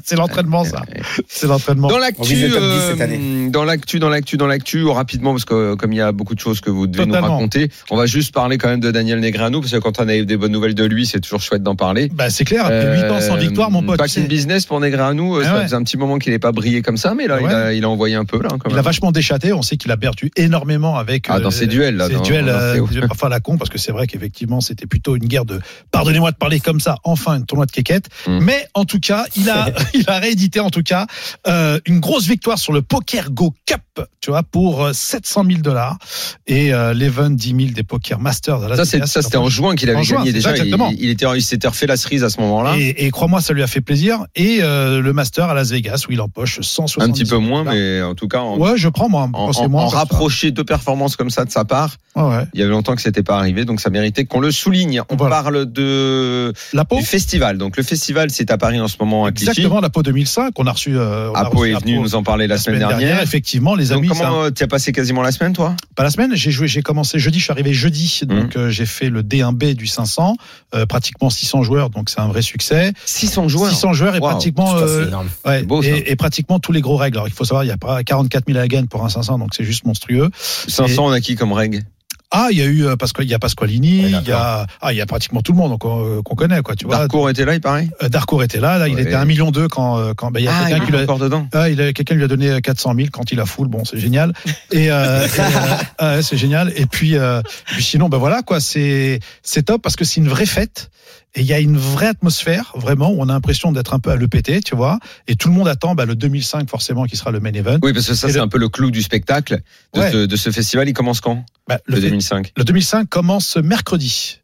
C'est l'entraînement, [LAUGHS] ça. C'est l'entraînement. Dans On vise l'actu, le top 10 cette euh, année. dans l'actu, dans l'actu, dans l'actu, rapidement parce que comme il y a beaucoup de choses que vous devez nous Totalement. raconter, on va juste parler quand même de Daniel Negreanu parce que quand on a eu des bonnes nouvelles de lui, c'est toujours chouette d'en parler. Bah, c'est clair, après 8 ans sans Euh, victoire, mon pote. Back tu sais, in business pour Negreanu, euh, Ah ça ouais. Ah faisait un petit moment qu'il n'est pas brillé comme ça, mais là il, Ouais. a, il a envoyé un peu là. Quand Il a même. vachement déchaté. On sait qu'il a perdu énormément avec. Ah, dans euh, ses duels, là, ses dans- duels, dans euh, ses- duels parfois à la con, parce que c'est vrai qu'effectivement, c'était plutôt une guerre de. Pardonnez-moi de parler comme ça, enfin, une tournoi de quéquette. Mm. Mais en tout cas, il [LAUGHS] a, [LAUGHS] il a réédité, en tout cas, euh, une grosse victoire sur le Poker Go Cup, tu vois, pour euh, 700 000 dollars et euh, l'Even 10 000 des Poker Masters. à Las Ça, c'est- Vegas. ça, c'était en juin qu'il avait En gagné juin, c'est ça, déjà. Il, exactement. il était, il s'était refait la cerise à ce moment-là. Et, et crois-moi, ça lui a fait plaisir. Et euh, le Master à Las Vegas, où il empoche 160 Un petit peu moins, mais en tout cas, en, Ouais, je prends, moi. en, parce que en- moi, en ça- rapprocher deux performances comme ça de sa part, Ouais, ouais. il y avait longtemps que c'était pas arrivé, donc ça méritait qu'on le souligne. On Voilà. parle de La peau du festival. Donc le festival, c'est à Paris en ce moment à Clichy. Ah, Exactement, la peau 2005 qu'on a reçu. euh, on a Apo reçu est la venu peau nous en parler la, la semaine dernière. Effectivement, les Donc amis, ça- comment euh, t'y as passé quasiment la semaine, toi pas la semaine. J'ai joué, j'ai commencé jeudi, je suis arrivé jeudi, Hum. donc euh, j'ai fait le D1B du 500, euh, pratiquement 600 joueurs, donc c'est un vrai succès. 600 joueurs. 600 joueurs et Wow. pratiquement. Putain, euh, c'est énorme. Ouais, C'est beau, ça. et, et pratiquement tous les gros règles. Alors, il faut savoir, il y a pas 44 000 à la gagne pour un 500, donc c'est juste monstrueux. 500 on a qui comme règle Ah, il y a eu euh, Pasqua- il y a Pasqualini, Ouais, il y a ah, il y a pratiquement tout le monde donc, euh, qu'on connaît quoi. Tu vois, Darcourt était là, il paraît. Euh, Darcourt était là, là il Ouais. était à 1 million deux quand euh, quand ben, il y a Ah, il quelqu'un qui est l'a encore dedans. Ah, il a quelqu'un lui a donné 400 000 quand il a full. Bon, c'est génial. Et, euh, et, [LAUGHS] euh, ah ouais, c'est génial. Et puis, euh, puis sinon, ben voilà quoi, c'est c'est top parce que c'est une vraie fête. Et il y a une vraie atmosphère, vraiment, où on a l'impression d'être un peu à l'EPT, tu vois. Et tout le monde attend bah, le 2005, forcément, qui sera le main event. Oui, parce que ça Et c'est le- un peu le clou du spectacle de, Ouais. ce, de ce festival. Il commence quand Bah, Le le, fait- 2005. le 2005 commence mercredi.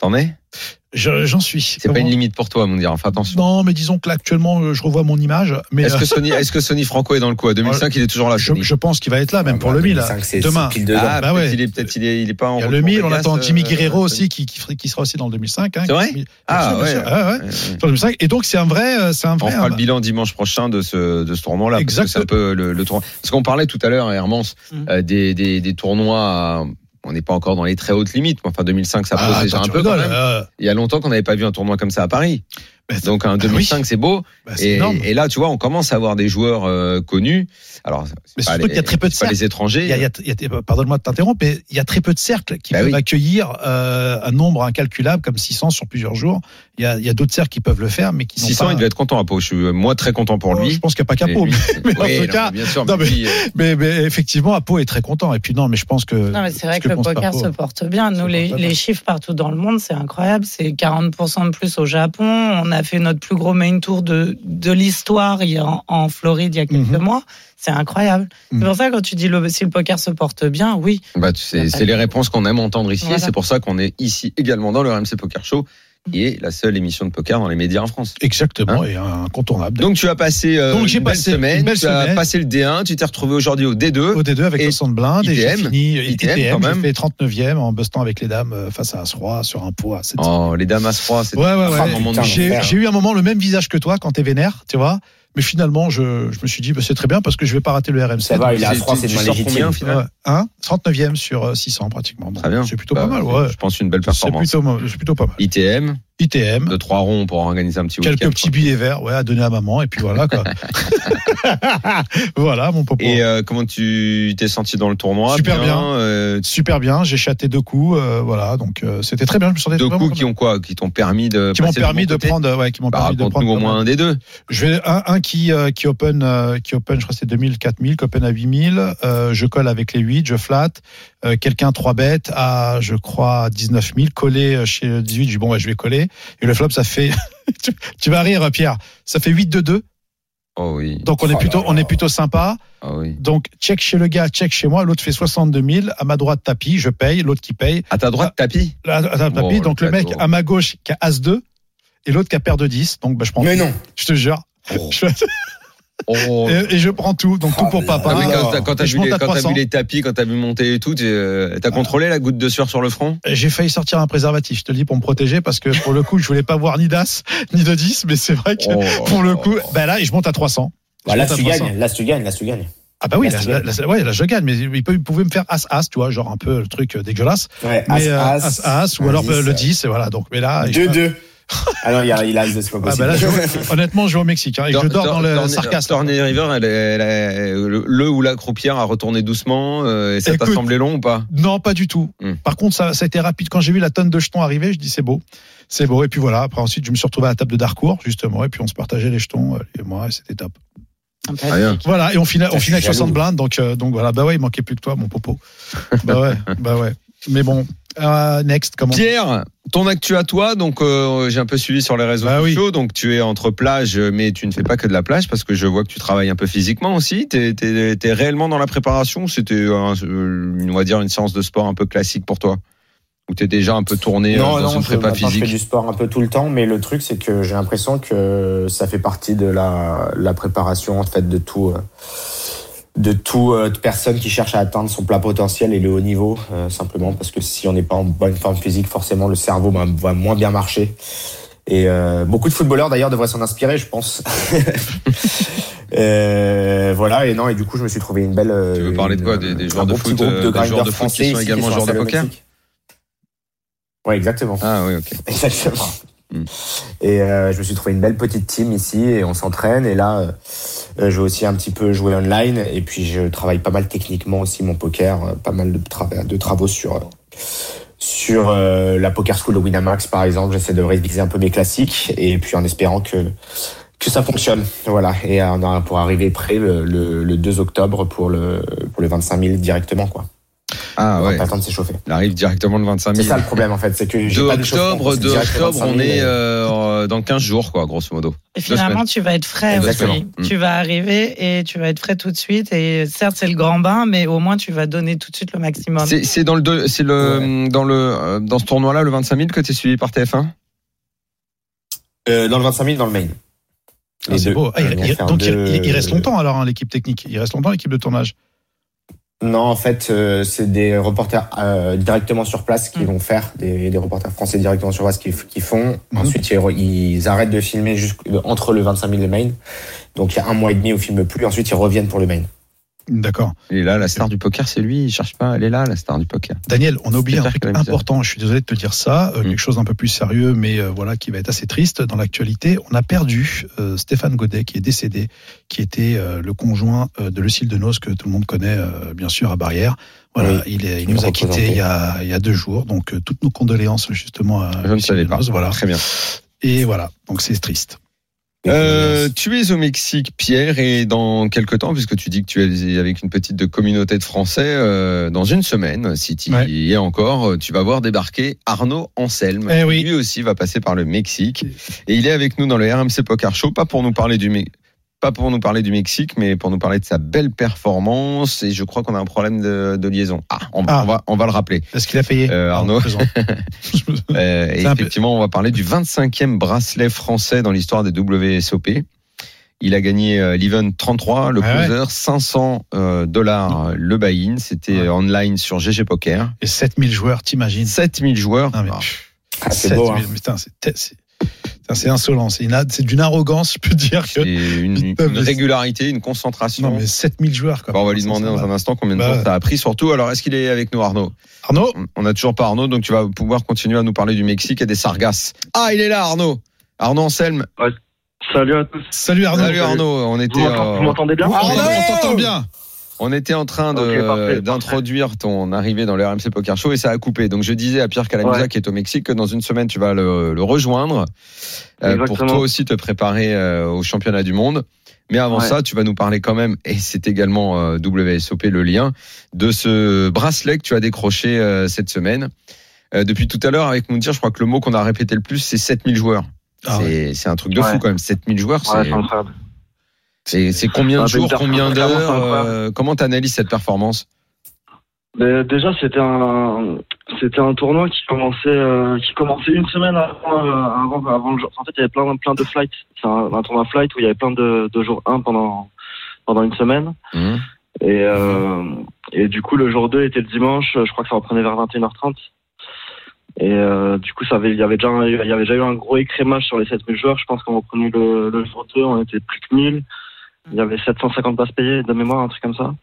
T'en es Je- J'en suis. C'est pas Comment- une limite pour toi, à mon dire. Enfin attention. Non, mais disons que là, actuellement, euh, je revois mon image. Mais Est-ce euh, Oh, que Sony, est-ce que Sony Franco est dans le coup À 2005, il est toujours là. je, Sony. je pense qu'il va être là, même Ah, pour bah, le 1000. 2005, c'est- Demain. c'est pile dedans. Ah, Bah peut-être ouais. il est peut-être il est, il est pas en. Il y a le retour 1000, on Vegas, attend Jimmy euh, Guerrero euh, aussi qui, qui, qui sera aussi dans le 2005. hein. C'est vrai Bien sûr, Ah, bien ouais. sûr. Ah, ouais. Ouais, ouais. Sur le 2005. Et donc c'est un vrai, euh, c'est un On vrai. fera le bilan dimanche prochain de ce, de ce tournoi-là. Parce que Exact. c'est un peu le, le tournoi. Parce qu'on parlait tout à l'heure, Hermance, Mm. euh, des, des, des tournois. à- on n'est pas encore dans les très hautes limites. mais Enfin, 2005, ça pose Ah, déjà attends, un tu peu. Quand rigoles, même. euh, Il y a longtemps qu'on n'avait pas vu un tournoi comme ça à Paris. bah, c'est- Donc, un bah oui. 2005, c'est beau. bah, c'est Et, énorme. et là, tu vois, on commence à avoir des joueurs euh, connus. Alors, c'est Mais pas surtout les- qu'il y a très peu de c'est pas cercles. les étrangers. Il y a- il y a- il y a- euh, Pardonne-moi de t'interrompre, mais il y a très peu de cercles qui Bah peuvent oui. accueillir euh, un nombre incalculable comme 600 sur plusieurs jours. Il y a, il y a d'autres cercles qui peuvent le faire, mais qui n'ont 600, pas- Oh, il devait être content à Pau. Je suis euh, moi très content pour Je lui. pense qu'il n'y a pas qu'un pot. Et lui- mais en Oui, tout non, cas- mais bien sûr. Non, mais mais- lui, euh, Mais, mais effectivement, Apo est très content. Et puis non, mais je pense que. Non, mais c'est vrai Euh, ce que, le pense poker Apo- se porte bien. se Nous, les, porte bien. les chiffres partout dans le monde, c'est incroyable. C'est 40% de plus au Japon. On a fait notre plus gros main tour de, de l'histoire il y a- en, en Floride il y a quelques Mhm. mois. C'est incroyable. Mhm. C'est pour ça que quand tu dis le, si le poker se porte bien, oui. Bah, tu sais, c'est les réponses qu'on aime entendre ici. et Voilà. C'est pour ça qu'on est ici également dans le RMC Poker Show, qui est la seule émission de poker dans les médias en France. Exactement, et incontournable. Hein Donc tu as passé euh, Donc, j'ai une, belle passé semaine, une belle tu as semaine. passé le D1, tu t'es retrouvé aujourd'hui au D2. au D2 avec Et 60 blindes et j'ai ITM, fini euh, ITM, ITM, quand j'ai même. fait 39e en bustant avec les dames euh, face à Asroi sur un pot à 700. Oh, les dames à froid, c'est ouais ouais Ah, ouais. moment hein. de j'ai l'enfer. j'ai eu un moment le même visage que toi quand t'es vénère, tu vois. Mais finalement, je, je me suis dit bah, c'est très bien parce que je vais pas rater le RMC. Ça va, il est à Tu- 3, c'est tu moins sors combien, légitime. au final Ouais, hein 39e sur euh, 600 pratiquement. Donc, Très bien. C'est plutôt Bah, pas mal, ouais. Je pense une belle C'est performance. plutôt, ma- c'est plutôt pas mal. ITM, ITM, de trois ronds pour organiser un petit quelques week-end. petits billets verts, ouais, à donner à maman et puis voilà [LAUGHS] quoi. [LAUGHS] voilà mon popo. Et euh, comment tu t'es senti dans le tournoi Super bien. euh, Super bien, j'ai chaté deux coups, euh, voilà, donc euh, c'était très bien. Je me sentais deux vraiment coups comme- qui ont quoi Qui t'ont permis de. qui m'ont passer de permis bon de côté prendre, ouais, qui m'ont Bah, permis de prendre Raconte-nous au moins un des deux. Je vais un, un qui euh, qui open euh, qui open, je crois que c'est 2000, 4000, qui open à 8000. Euh, je colle avec les 8, je flatte. Euh, Quelqu'un 3 bêtes à, je crois, 19000 collé euh, chez le 18. Je dis bon, ouais, je vais coller. Et le flop, ça fait. [LAUGHS] tu, tu vas rire, Pierre. Ça fait 8 de 2. Oh oui. Donc on Oh est là plutôt là. on est plutôt sympa. Ah oui. Donc check chez le gars, check chez moi. L'autre fait 62 000. À ma droite tapis, je paye. L'autre qui paye. À ta Ah. droite, tapis. Là, à la Bon, tapis. le donc le mec cadeau. à ma gauche qui a as 2 et l'autre qui a paire de 10. Donc bah, je prends. Mais non. Je te jure. Oh. Oh. Et, et je prends tout, donc Ah, tout pour mais papa. Ah, mais quand alors. t'as- quand t'as Et je vu, les- monte à quand t'as vu 300. les tapis, quand t'as vu monter et tout, t'es, euh, t'as contrôlé la goutte de sueur sur le front J'ai failli sortir un préservatif, je te le dis, pour me protéger, parce que pour le coup, je voulais pas voir ni d'as, [LAUGHS] ni de 10, mais c'est vrai que Oh. [LAUGHS] pour le coup, bah là, et je monte à 300. Bah, là, Je monte tu à 300. gagnes, là, tu gagnes, là, tu gagnes. Ah bah oui, Là, là, tu là, gagnes. là, ouais, là, je gagne, mais il peut- il pouvait me faire as-as, tu vois, genre un peu le truc euh, dégueulasse. Ouais, Mais euh, as, as, as-as, ou un alors euh, le 10, 10, et voilà, donc, mais là. je- 2-2. Ah non, il y a, il a, c'est pas Ah bah possible. là, [LAUGHS] je- honnêtement, je vais au Mexique, hein, et je dors dans le Thorny- sarcasme. Thorny River, elle est- elle est- le, le ou la croupière a retourné doucement. euh, et ça t'a Écoute. semblé long ou pas Non, pas du tout. Hmm. Par contre, ça, ça a été rapide. Quand j'ai vu la tonne de jetons arriver, je dis c'est beau, c'est beau. Et puis voilà. Après ensuite, je me suis retrouvé à la table de Darkour justement, et puis on se partageait les jetons euh, et moi, et c'était top. Rien. Voilà. Et on finit, on je suis finit avec jaloux. 60 blindes. Donc, euh, donc voilà. Bah ouais, il manquait plus que toi, mon popo. bah ouais, bah ouais. Mais bon, euh, next, comment Pierre, ton actu à toi, donc euh, j'ai un peu suivi sur les réseaux Bah oui. sociaux, donc tu es entre plage, mais tu ne fais pas que de la plage parce que je vois que tu travailles un peu physiquement aussi. T'es es, réellement dans la préparation ou C'était, un- euh, on va dire, une séance de sport un peu classique pour toi Ou t'es déjà un peu tourné euh, dans une je- prépa maintenant, Je fais physique du sport un peu tout le temps, mais le truc, c'est que j'ai l'impression que ça fait partie de la, la préparation, en fait, de tout. euh, de tout euh, de personne qui cherche à atteindre son plein potentiel et le haut niveau euh, simplement parce que si on n'est pas en bonne forme physique forcément le cerveau bah, va moins bien marcher et euh, beaucoup de footballeurs d'ailleurs devraient s'en inspirer je pense [LAUGHS] Euh, voilà et non et du coup je me suis trouvé une belle euh, Tu veux parler de une- quoi Des- des un joueurs de bon petit foot, groupe euh, des joueurs grinders de foot qui français sont ici également en joueurs de salle poker Mexique. ouais exactement Ah oui, ok. Exactement. Mm. Et euh, je me suis trouvé une belle petite team ici et on s'entraîne. Et là, euh, euh, je vais aussi un petit peu jouer online. Et puis, je travaille pas mal techniquement aussi mon poker, euh, pas mal de, tra- de travaux sur, euh, sur euh, la Poker School de Winamax, par exemple. J'essaie de réviser un peu mes classiques et puis en espérant que, que ça fonctionne. Voilà. Et euh, on a- pour arriver prêt le, le, le 2 octobre pour le, pour le 25 000 directement, quoi. Ah on va ouais, Ah, pas le temps de s'échauffer. il arrive directement le 25 C'est 000. ça le problème, en fait. C'est que j'ai 2 pas d'échauffement, octobre, c'est 2 direct le octobre, 25 on 000, est mais- euh, dans 15 jours, quoi, grosso modo. Et finalement, tu vas être frais Exactement. aussi. Mm. Tu Mhm. vas arriver et tu vas être frais tout de suite. Et certes, c'est le grand bain, mais au moins, tu vas donner tout de suite le maximum. C'est c'est dans le deux- c'est le dans le euh, dans ce tournoi-là le 25 000 que tu es suivi par TF1. Euh, dans le 25 000, dans le main. Ah, c'est beau. Euh, Ah, il- il- donc il, il- il reste longtemps alors hein, l'équipe technique. Il reste longtemps l'équipe de tournage. Non, en fait, euh, c'est des reporters euh, directement sur place qui Mm. vont faire, des, des reporters français directement sur place qui, f- qui font. Mhm. Ensuite, ils, re- ils arrêtent de filmer jusqu'- entre le 25 000 et le main. Donc il y a un mois et demi où ils filment plus. Ensuite, ils reviennent pour le main. D'accord. Et là, la star du poker, c'est lui. Il cherche pas. Elle est là, la star du poker. Daniel, on a oublié un J'espère truc qu'elle aime ça. important. Je suis désolé de te dire ça, euh, Mm. quelque chose d'un peu plus sérieux, mais euh, voilà, qui va être assez triste dans l'actualité. On a perdu euh, Stéphane Godet, qui est décédé, qui était euh, le conjoint euh, de Lucille Denos, que tout le monde connaît euh, bien sûr à Barrière. Voilà, Oui, il, est- il me nous a représentait. quittés il y a, il y a deux jours, donc euh, toutes nos condoléances justement à Je ne Lucille savais pas. Denos, Voilà. Ah, Très bien. Et voilà, donc c'est triste. Euh, tu es au Mexique, Pierre, et dans quelques temps, puisque tu dis que tu es avec une petite communauté de Français, euh, dans une semaine, si tu Ouais. y es encore, euh, tu vas voir débarquer Arnaud Anselme. Eh qui oui. Lui aussi va passer par le Mexique. Et il est avec nous dans le RMC Poker Show, pas pour nous parler du Mexique. Pas pour nous parler du Mexique, mais pour nous parler de sa belle performance. Et je crois qu'on a un problème de, de liaison. Ah, on, va- Ah. on va, on va le rappeler. Est-ce qu'il a payé Euh, Arnaud. Présent. [LAUGHS] Euh, et C'est un peu- effectivement, on va parler du 25e bracelet français dans l'histoire des WSOP. Il a gagné euh, l'event 33, le Ah Ouais, ouais. closer, 500 euh, dollars euh, le buy-in. C'était Ouais. euh, online sur GG Poker. Et 7000 joueurs, t'imagines 7000 joueurs. Non, mais- Ah, Ah, c'est 7 beau, 000, hein. putain, c'est- c'est putain, c'est insolent, c'est une a- c'est d'une arrogance, je peux dire que. c'est une, Putain, une mais- régularité, une concentration. Non, mais 7000 joueurs, quoi. Bon, on va lui demander dans un instant combien de Bah temps ouais. Oh. ça a pris surtout. Alors, est-ce qu'il est avec nous, Arnaud Arnaud, On- On n'a toujours pas Arnaud, donc tu vas pouvoir continuer à nous parler du Mexique et des sargasses. Ah, il est là, Arnaud Arnaud Anselme. Salut à tous. salut Arnaud. Salut Arnaud, on était... Vous m'entendez- euh, vous m'entendez bien Oh, Arnaud on t'entend bien. On était en train de- Ok, parfait, d'introduire ton arrivée dans le RMC Poker Show et ça a coupé. Donc je disais à Pierre Calamusa Ouais. qui est au Mexique que dans une semaine tu vas le, le rejoindre euh, pour Exactement. toi aussi te préparer euh, au championnat du monde. Mais avant Ouais. ça, tu vas nous parler quand même, et c'est également euh, WSOP le lien, de ce bracelet que tu as décroché euh, cette semaine. Euh, depuis tout à l'heure avec Mounir, je crois que le mot qu'on a répété le plus, c'est 7000 joueurs. Ah c'est ouais. c'est un truc de fou Ouais. quand même, 7000 joueurs. Ouais, c'est- c'est incroyable. c'est c'est combien Ah, de ben, jours, une performance combien clairement, d'heures c'est incroyable. euh, Comment tu analyses cette performance Mais déjà, c'était un, c'était un tournoi qui commençait, euh, qui commençait une semaine avant, euh, avant, avant le jour. En fait, il y avait plein, plein de flights. C'est un, un tournoi flight où il y avait plein de, de jours 1 pendant, pendant une semaine. Hmm. Mhm. Et, euh, et du coup, le jour 2 était le dimanche. Je crois que ça reprenait vers 21h30. Et euh, du coup, ça avait, il, y avait déjà, un- il y avait déjà eu un gros écrémage sur les 7000 joueurs. Je pense qu'on reprenait le, le jour 2, on était plus que 1000. Il y avait 750 passes payées de mémoire, un truc comme ça.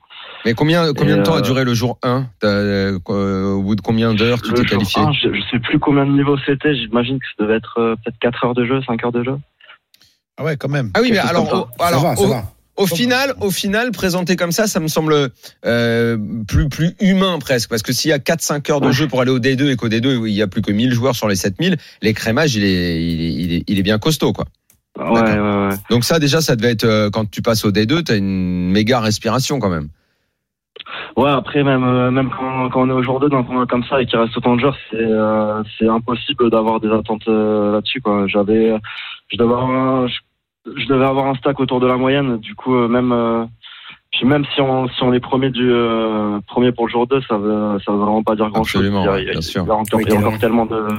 Mais combien, combien Et, de temps a euh, duré le jour 1 T'as, euh, euh, Au bout de combien d'heures tu Le t'es jour qualifié un, je, je sais plus combien de niveaux c'était. J'imagine que ça devait être euh, peut-être 4 heures de jeu, 5 heures de jeu. Ah ouais, quand même. Ah oui, mais quelque chose alors, comme au, alors hein. ça va, ça au- va. au final, au final, présenté comme ça, ça me semble euh, plus plus humain presque, parce que s'il y a 4-5 heures de Ouais. jeu pour aller au D2 et qu'au D2 il y a plus que 1000 joueurs sur les 7000, l'écrémage il est, il est il est il est bien costaud quoi. Ouais, ouais, ouais. Donc ça déjà ça devait être euh, quand tu passes au D2, t'as une méga respiration quand même. Ouais, après, même, euh, même quand, quand on est au jour 2 dans un tournoi comme ça et qu'il reste autant de joueurs, c'est, euh, c'est impossible d'avoir des attentes euh, là-dessus, quoi. J'avais, euh, je devais avoir un, je, je devais avoir un stack autour de la moyenne. Du coup, euh, même, euh, puis même si on, si on est premier du, euh, premier pour le jour 2, ça veut, ça veut vraiment pas dire grand chose. Absolument, il y a, bien sûr. il y a encore, Oui, il y a encore carrément. tellement de,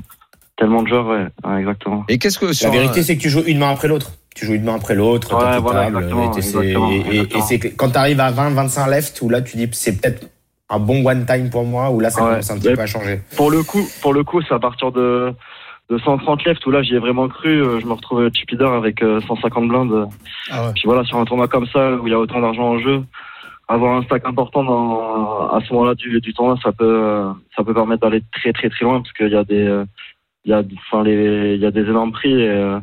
tellement de joueurs, ouais. Ouais, exactement. Et qu'est-ce que sur La un- vérité, c'est que tu joues une main après l'autre. Tu joues une main après l'autre, euh, Ouais, t'as tes voilà, tables, exactement, et t'essaies- exactement, et- et- exactement. et c'est que quand tu arrives à 20, 25 left, où là tu dis c'est peut-être un bon one time pour moi, où là ça Ouais. commence un petit Ouais. peu à changer. Pour le coup, pour le coup, c'est à partir de, de 130 left où là j'y ai vraiment cru. Euh, Je me retrouvais Chupider avec euh, 150 blindes. Ah ouais. Puis voilà, sur un tournoi comme ça où il y a autant d'argent en jeu, avoir un stack important dans, à ce moment-là du, du tournoi, ça peut, euh, ça peut permettre d'aller très très très loin parce qu'il y a des, euh, il y a, enfin les, il y a des énormes prix et euh,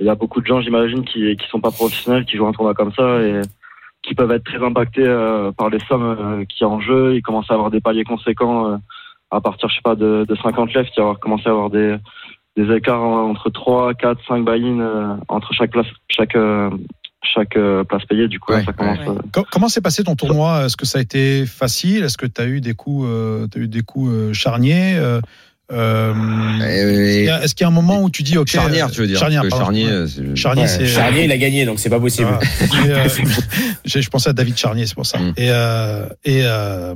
il y a beaucoup de gens, j'imagine, qui, qui sont pas professionnels, qui jouent un tournoi comme ça et qui peuvent être très impactés euh, par les sommes euh, qui en jeu. Ils commencent à avoir des paliers conséquents euh, à partir, je sais pas, de, de 50 left, il y a commencé à avoir des, des écarts en- entre 3, 4, 5 buy-in euh, entre chaque place, chaque, euh, chaque euh, place payée. Du coup, Ouais, ça commence. ouais. euh, Co- Comment s'est passé ton tournoi Est-ce que ça a été facile Est-ce que tu as eu des coups, euh, t'as eu des coups euh, charniers Euh, euh, est-ce Euh, qu'il y a- Est-ce qu'il y a un moment où tu dis OK euh, charnière tu veux dire Charnière, Parce que pardon. charnier, euh, c'est- Charnier, Ouais. c'est. Charnier, il a gagné, donc c'est pas possible. Ah, [LAUGHS] et, euh, j'ai- je pensais à David Charnier, c'est pour ça. Mm. Et, euh, et euh,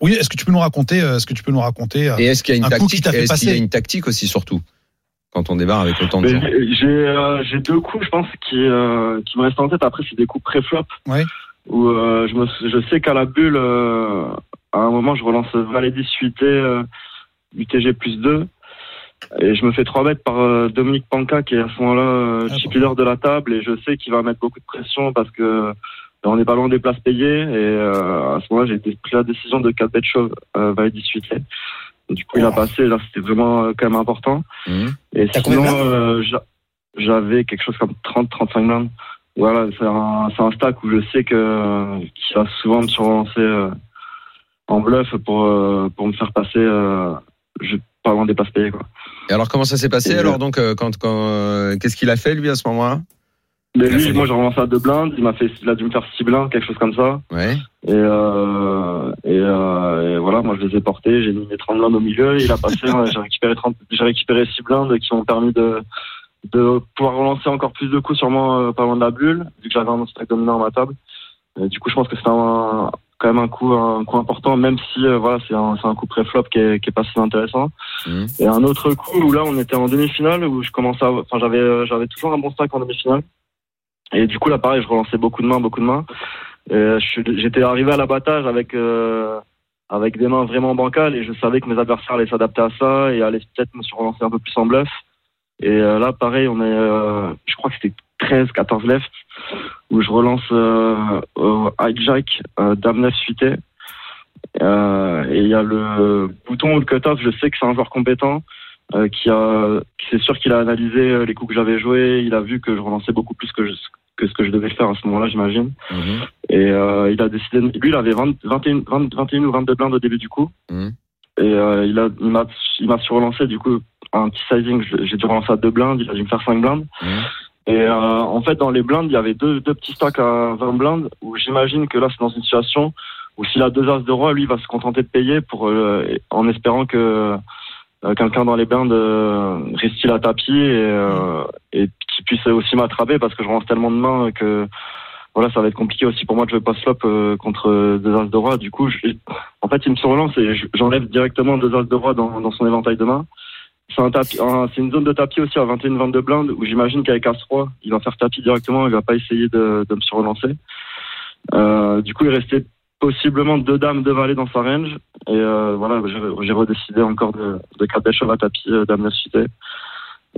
oui, est-ce que tu peux nous raconter euh, Est-ce que tu peux nous raconter euh, Et est-ce qu'il y a une Un coup qui tactique t'a fait Est-ce qu'il y a passer. une tactique aussi surtout quand on démarre avec autant de Mais gens j'ai- J'ai euh, j'ai deux coups, je pense, qui, euh, qui me restent en tête. Après, c'est des coups pré-flop. Ouais. Où euh, je, me, sou- je sais qu'à la bulle, euh, à un moment, je relance Valet 10 suité, euh, UTG plus 2. Et je me fais 3 mètres par euh, Dominique Panca, qui est à ce moment-là Ah, euh, chip leader de la table. Et je sais qu'il va mettre beaucoup de pression parce que euh, on n'est pas loin des places payées. Et euh, à ce moment-là, j'ai dé- pris la décision de 4 bêtes chauve, euh, Valet 10 suité. Du coup, il Oh. a passé. Là, c'était vraiment euh, quand même important. Hum. Et T'as combien de sinon, euh, j'a- j'avais quelque chose comme 30-35 blindes. Voilà, c'est un, c'est un stack où je sais que qui va souvent me surlancer euh, en bluff pour euh, pour me faire passer euh, je pas loin des passes payées quoi. Et alors comment ça s'est passé Et alors le- donc euh, quand quand euh, qu'est-ce qu'il a fait lui à ce moment-là Mais lui, moi j'ai relancé à deux blindes, il m'a fait il a dû me faire six blindes, quelque chose comme ça. Ouais. Et euh, et, euh, et voilà, moi je les ai portés, j'ai mis mes 30 blindes au milieu, il a passé, ouais, j'ai récupéré 30 j'ai récupéré six blindes qui m'ont permis de de pouvoir relancer encore plus de coups sûrement euh, pas loin de la bulle, vu que j'avais un autre stack dominant à ma table. Et du coup, je pense que c'est un, quand même un coup, un coup important, même si euh, voilà, c'est un, c'est un coup pré-flop qui est, qui est pas si intéressant. Mhm. Et un autre coup où là, on était en demi-finale, où je commençais à, enfin, j'avais, euh, j'avais toujours un bon stack en demi-finale. Et du coup, là, pareil, je relançais beaucoup de mains, beaucoup de mains. Et Euh, je suis- J'étais arrivé à l'abattage avec, euh, avec des mains vraiment bancales et je savais que mes adversaires allaient s'adapter à ça et allaient peut-être me surlancer un peu plus en bluff. Et euh, là, pareil, on est, euh, je crois que c'était 13, 14 left, où je relance euh, au hijack, euh, dame 9 suité. Euh, et il y a le bouton ou le cutoff, je sais que c'est un joueur compétent, euh, qui a, qui- c'est sûr qu'il a analysé euh, les coups que j'avais joués, il a vu que je relançais beaucoup plus que, je- que ce que je devais faire à ce moment-là, j'imagine. Mhm. Et euh, il a décidé, de- lui, il avait 20, 21, 20 21 ou 22 blindes au début du coup. Mhm. Et euh, il a, il m'a, il m'a surrelancé du coup un petit sizing. je- J'ai dû relancer à deux blindes. Il a dû me faire cinq blindes. Mhm. Et euh, en fait, dans les blindes, il y avait deux, deux petits stacks à 20 blindes où j'imagine que là, c'est dans une situation où s'il a deux as de roi, lui, il va se contenter de payer pour euh, en espérant que euh, quelqu'un dans les blindes euh, reste-t-il Mhm. à tapis et, euh, et qu'il puisse aussi m'attraper parce que je relance tellement de mains que voilà, ça va être compliqué aussi pour moi de jouer pas flop euh, contre euh, deux as de roi. Du coup, je- en fait, il me surlance et je- j'enlève directement deux as de roi dans, dans son éventail de main. C'est un tapis, un- c'est une zone de tapis aussi à 21-22 blindes où j'imagine qu'avec as roi, il va faire tapis directement, il va pas essayer de, de me surrelancer. Euh, du coup, il restait possiblement deux dames, deux valets dans sa range. Et euh, voilà, j'ai- j'ai redécidé encore de, de quatre chevaux à tapis, euh, dame neuf suité.